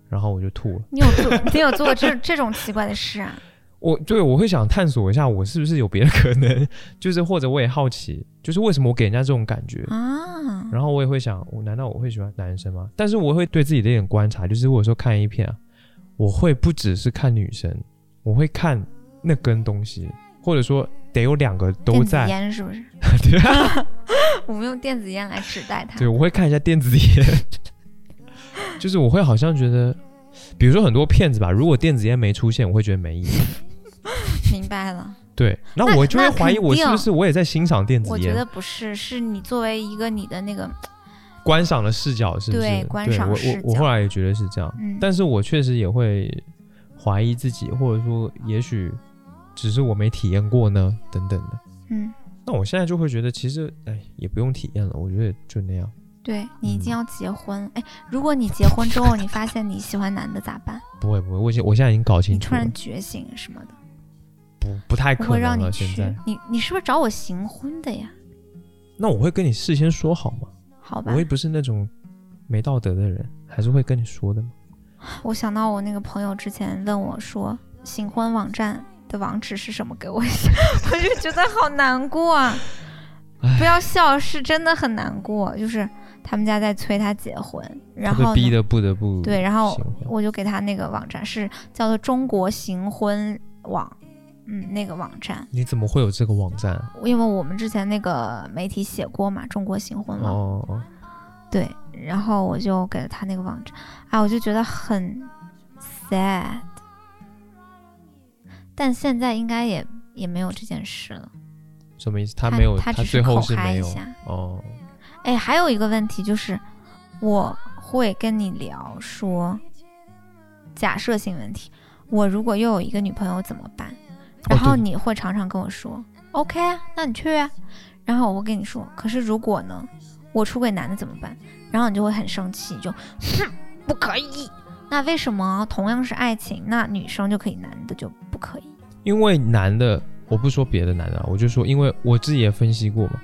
Speaker 3: 然后我就吐了。
Speaker 1: 你有 做你有做过这这种奇怪的事啊？
Speaker 3: 我对我会想探索一下，我是不是有别的可能，就是或者我也好奇，就是为什么我给人家这种感觉，
Speaker 1: 啊，
Speaker 3: 然后我也会想，我难道我会喜欢男生吗？但是我会对自己的一点观察，就是我有时候看一片啊，我会不只是看女生，我会看那根东西，或者说得有两个都
Speaker 1: 电子
Speaker 3: 在，
Speaker 1: 烟是不是？
Speaker 3: 对啊
Speaker 1: 我们用电子烟来指代它
Speaker 3: 对，。我会看一下电子烟， 就是我会好像觉得，比如说很多骗子吧，如果电子烟没出现，我会觉得没意义。
Speaker 1: 明白了，
Speaker 3: 对，那
Speaker 1: 那
Speaker 3: 我就会
Speaker 1: 那
Speaker 3: 怀疑
Speaker 1: 肯
Speaker 3: 我是不
Speaker 1: 定
Speaker 3: 是我也在欣赏电子
Speaker 1: 我觉
Speaker 3: 烟
Speaker 1: 得，不是，是你作为一个你的那个，
Speaker 3: 观赏的视角是不是？
Speaker 1: 对观赏
Speaker 3: 我
Speaker 1: 视
Speaker 3: 我我
Speaker 1: 角
Speaker 3: 后来也觉得是这样，
Speaker 1: 嗯，
Speaker 3: 但是我确实也会怀疑自己，或者说也许只是我没体验过呢，等等的。
Speaker 1: 嗯，
Speaker 3: 那我现在就会觉得，其实哎，也不用体验了，我觉得就那样。
Speaker 1: 对你已经
Speaker 3: 嗯
Speaker 1: 要结婚了，哎，如果你结婚之后你发现你喜欢男的咋办？
Speaker 3: 不会不会，我已经我现在已经搞
Speaker 1: 你
Speaker 3: 清
Speaker 1: 突
Speaker 3: 楚了
Speaker 1: 然，觉醒什么的，
Speaker 3: 不不太
Speaker 1: 我
Speaker 3: 可
Speaker 1: 会让
Speaker 3: 能
Speaker 1: 你
Speaker 3: 了。现
Speaker 1: 去
Speaker 3: 在，
Speaker 1: 你你是不是找我行婚的呀？
Speaker 3: 那我会跟你事先说好吗？
Speaker 1: 好吧
Speaker 3: 我，也不是那种没道德的人，还是会跟你说的嘛。
Speaker 1: 我想到我那个朋友之前问我说，行婚网站的网址是什么？给我一下，我就觉得好难过啊！不要笑，是真的很难过。就是他们家在催他结婚，然
Speaker 3: 他
Speaker 1: 后
Speaker 3: 被逼
Speaker 1: 呢
Speaker 3: 得不得不
Speaker 1: 对，然后
Speaker 3: 行婚
Speaker 1: 我就给他那个网站是叫做中国行婚网，嗯，那个网站，
Speaker 3: 你怎么会有这个网站啊？
Speaker 1: 因为我们之前那个媒体写过嘛，中国行婚网。
Speaker 3: 哦，哦
Speaker 1: 对，然后我就给了他那个网址，啊，我就觉得很 sad，但现在应该也也没有这件事了。
Speaker 3: 什么意思？
Speaker 1: 他
Speaker 3: 他没有，
Speaker 1: 他
Speaker 3: 他
Speaker 1: 只
Speaker 3: 最后
Speaker 1: 口
Speaker 3: 是
Speaker 1: 嗨
Speaker 3: 没
Speaker 1: 一
Speaker 3: 有
Speaker 1: 下。
Speaker 3: 哦。
Speaker 1: 哎，还有一个问题就是，我会跟你聊说，假设性问题，我如果又有一个女朋友怎么办？然后
Speaker 3: 哦对
Speaker 1: 你会常常跟我说、o k 啊，那你去啊。然后我会跟你说，可是如果呢，我出轨男的怎么办？然后你就会很生气，你就哼，不可以。那为什么同样是爱情，那女生就可以，男的就不可以？
Speaker 3: 因为男的，我不说别的男的啊，我就说，因为我自己也分析过嘛。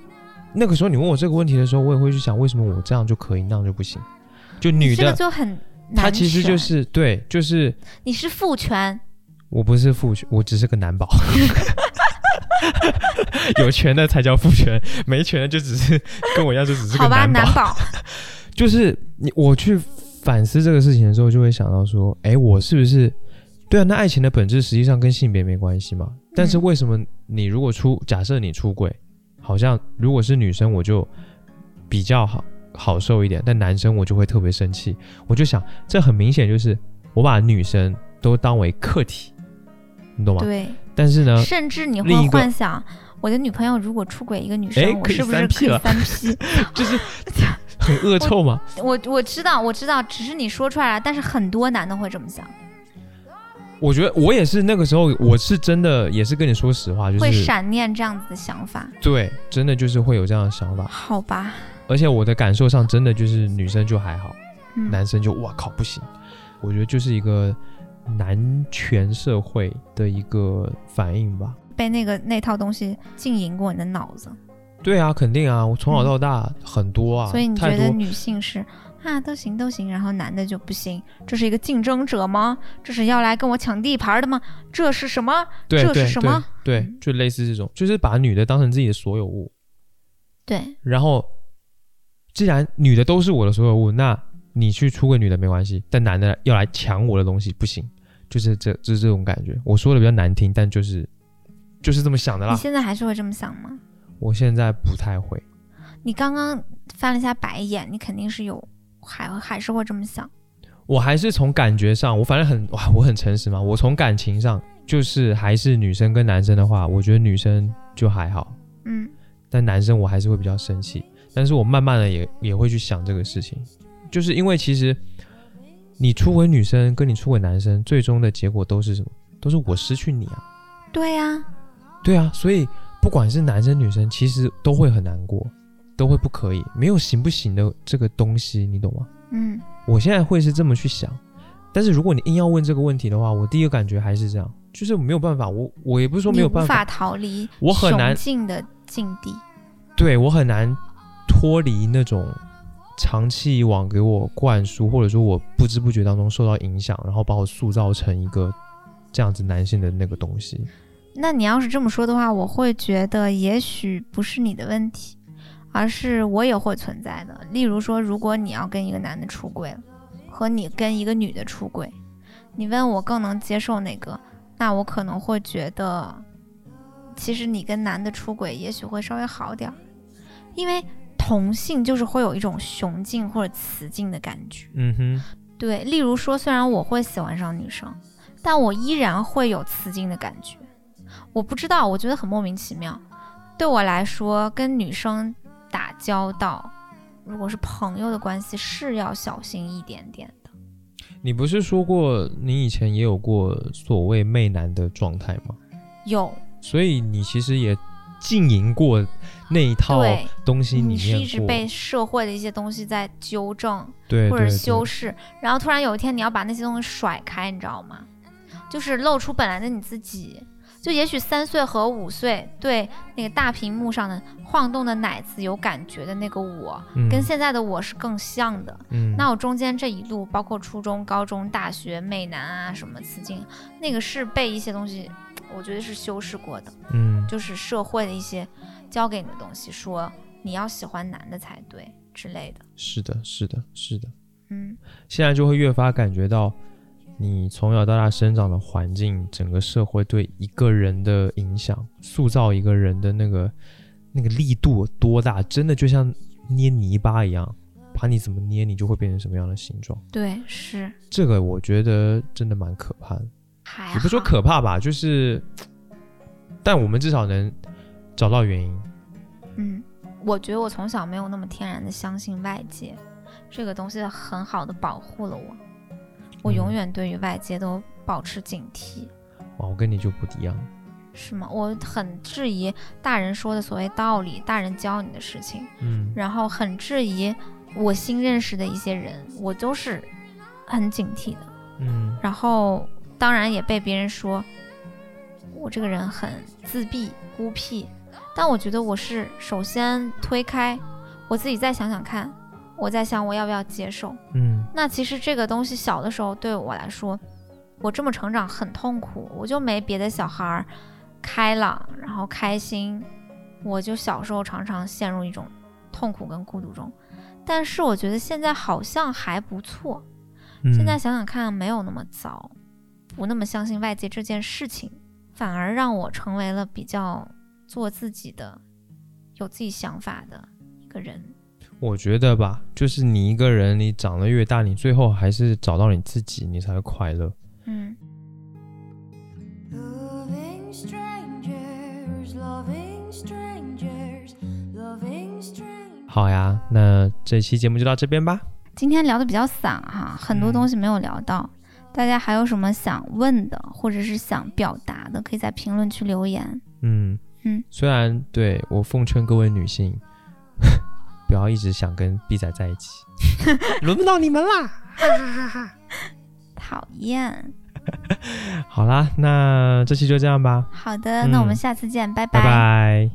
Speaker 3: 那个时候你问我这个问题的时候，我也会去想，为什么我这样就可以，那样就不行？就女
Speaker 1: 这个
Speaker 3: 的，
Speaker 1: 就很难。
Speaker 3: 她其实就是对，就是
Speaker 1: 你是父权，
Speaker 3: 我不是父权，我只是个 男宝。有权的才叫父权，没权的就只是跟我一样，就只是个
Speaker 1: 好吧，
Speaker 3: 男
Speaker 1: 男
Speaker 3: 宝。
Speaker 1: 宝。
Speaker 3: 就是你我去反思这个事情的时候，就会想到说，哎，我是不是对啊？那爱情的本质实际上跟性别没关系嘛。但
Speaker 1: 嗯
Speaker 3: 是为什么你如果出假设你出轨，好像如果是女生我就比较好好受一点，但男生我就会特别生气。我就想，这很明显就是我把女生都当为客体，你懂吗？
Speaker 1: 对，
Speaker 3: 但是呢，
Speaker 1: 甚至你
Speaker 3: 另
Speaker 1: 会
Speaker 3: 一个
Speaker 1: 幻想，我的女朋友如果出轨一个女
Speaker 3: 哎
Speaker 1: 生，我
Speaker 3: 可以
Speaker 1: 是不是
Speaker 3: 三 P
Speaker 1: 可以
Speaker 3: 了
Speaker 1: 三 P？
Speaker 3: 就是很恶臭嘛。
Speaker 1: 我我知道，我知道，只是你说出来了，但是很多男的会这么想，
Speaker 3: 我觉得我也是那个时候，我是真的也是跟你说实话，就
Speaker 1: 会
Speaker 3: 是
Speaker 1: 闪念这样子的想法。
Speaker 3: 对，真的就是会有这样的想法。
Speaker 1: 好吧，
Speaker 3: 而且我的感受上，真的就是女生就还好，
Speaker 1: 嗯，
Speaker 3: 男生就哇靠不行。我觉得就是一个男权社会的一个反应吧。
Speaker 1: 被那个那套东西浸淫过你的脑子，
Speaker 3: 对啊，肯定啊，我从小到大很多啊，
Speaker 1: 所以你觉
Speaker 3: 太
Speaker 1: 得
Speaker 3: 多。
Speaker 1: 女性是啊都行都行，然后男的就不行，这是一个竞争者吗？这是要来跟我抢地盘的吗？这是什么？
Speaker 3: 对
Speaker 1: 这
Speaker 3: 对
Speaker 1: 是什
Speaker 3: 对
Speaker 1: 么嗯
Speaker 3: 对，就类似这种，就是把女的当成自己的所有物，
Speaker 1: 对，
Speaker 3: 然后既然女的都是我的所有物，那你去出轨女的没关系，但男的要来抢我的东西不行，就是这就是这种感觉。我说的比较难听，但就是就是这么想的
Speaker 1: 你
Speaker 3: 啦。
Speaker 1: 现在还是会这么想吗？
Speaker 3: 我现在不太会，
Speaker 1: 你刚刚翻了一下白眼，你肯定是有还还是会这么想。
Speaker 3: 我还是从感觉上，我反正很哇，我很诚实嘛。我从感情上，就是还是女生跟男生的话，我觉得女生就还好，
Speaker 1: 嗯，
Speaker 3: 但男生我还是会比较生气。但是我慢慢的也也会去想这个事情，就是因为其实你出轨女生跟你出轨男生，最终的结果都是什么？都是我失去你啊，
Speaker 1: 对呀、
Speaker 3: 对啊，所以不管是男生女生，其实都会很难过，都会不可以，没有行不行的这个东西，你懂吗？
Speaker 1: 嗯，
Speaker 3: 我现在会是这么去想，但是如果你硬要问这个问题的话，我第一个感觉还是这样，就是没有办法，我我也不是说没
Speaker 1: 你
Speaker 3: 有
Speaker 1: 无
Speaker 3: 办
Speaker 1: 法
Speaker 3: 法，
Speaker 1: 逃离
Speaker 3: 我很难
Speaker 1: 窘境的境地。
Speaker 3: 对我很难脱离那种长期以往给我灌输，或者说我不知不觉当中受到影响，然后把我塑造成一个这样子男性的那个东西。
Speaker 1: 那你要是这么说的话，我会觉得也许不是你的问题，而是我也会存在的。例如说，如果你要跟一个男的出轨了，和你跟一个女的出轨，你问我更能接受哪个，那我可能会觉得，其实你跟男的出轨也许会稍微好点儿，因为同性就是会有一种雄竞或者雌竞的感觉。
Speaker 3: 嗯哼，
Speaker 1: 对，例如说，虽然我会喜欢上女生，但我依然会有雌竞的感觉。我不知道，我觉得很莫名其妙。对我来说，跟女生打交道，如果是朋友的关系，是要小心一点点的。
Speaker 3: 你不是说过你以前也有过所谓媚男的状态吗？
Speaker 1: 有，
Speaker 3: 所以你其实也经营过那一套
Speaker 1: 对，
Speaker 3: 东西里
Speaker 1: 你
Speaker 3: 面
Speaker 1: 是一直
Speaker 3: 过
Speaker 1: 被社会的一些东西在纠正，
Speaker 3: 对
Speaker 1: 或者
Speaker 3: 对
Speaker 1: 修
Speaker 3: 对
Speaker 1: 饰，然后突然有一天你要把那些东西甩开，你知道吗？就是露出本来的你自己。就也许三岁和五岁对那个大屏幕上的晃动的奶子有感觉的那个我，
Speaker 3: 嗯
Speaker 1: 跟现在的我是更像的。
Speaker 3: 嗯
Speaker 1: 那我中间这一路，包括初中、高中、大学、媚男啊什么雌竞，那个是被一些东西，我觉得是修饰过的，
Speaker 3: 嗯
Speaker 1: 就是社会的一些教给你的东西，说你要喜欢男的才对之类的。
Speaker 3: 是的是的是的，
Speaker 1: 嗯，
Speaker 3: 现在就会越发感觉到你从小到大生长的环境，整个社会对一个人的影响，塑造一个人的那个那个力度有多大，真的就像捏泥巴一样，把你怎么捏，你就会变成什么样的形状。
Speaker 1: 对，是。
Speaker 3: 这个我觉得真的蛮可怕的。
Speaker 1: 还好
Speaker 3: 也不说可怕吧，就是，但我们至少能找到原因。
Speaker 1: 嗯，我觉得我从小没有那么天然的相信外界，这个东西很好的保护了我。我永
Speaker 3: 嗯
Speaker 1: 远对于外界都保持警惕，
Speaker 3: 哇，我跟你就不一样。
Speaker 1: 是吗？我很质疑大人说的所谓道理，大人教你的事情，
Speaker 3: 嗯，
Speaker 1: 然后很质疑我新认识的一些人，我都是很警惕的。
Speaker 3: 嗯，
Speaker 1: 然后当然也被别人说我这个人很自闭、孤僻，但我觉得我是首先推开我自己，再想想看，我在想我要不要接受。
Speaker 3: 嗯，
Speaker 1: 那其实这个东西小的时候对我来说，我这么成长很痛苦，我就没别的小孩儿开朗，然后开心，我就小时候常常陷入一种痛苦跟孤独中。但是我觉得现在好像还不错，
Speaker 3: 嗯
Speaker 1: 现在想想看，没有那么糟，不那么相信外界这件事情，反而让我成为了比较做自己的、有自己想法的一个人。
Speaker 3: 我觉得吧，就是你一个人，你长得越大，你最后还是找到你自己，你才会快乐。
Speaker 1: 嗯，
Speaker 5: Loving strangers, loving strangers, loving strangers.
Speaker 3: 好呀，那这期节目就到这边吧。
Speaker 1: 今天聊的比较散哈、很
Speaker 3: 嗯
Speaker 1: 多东西没有聊到。大家还有什么想问的，或者是想表达的，可以在评论区留言。
Speaker 3: 嗯
Speaker 1: 嗯，
Speaker 3: 虽然对我奉劝各位女性， 不要一直想跟 B 仔在一起，轮不到你们啦。
Speaker 1: 讨厌。
Speaker 3: 好啦，那这期就这样吧，
Speaker 1: 好的，那我们
Speaker 3: 嗯
Speaker 1: 下次见，
Speaker 3: 拜拜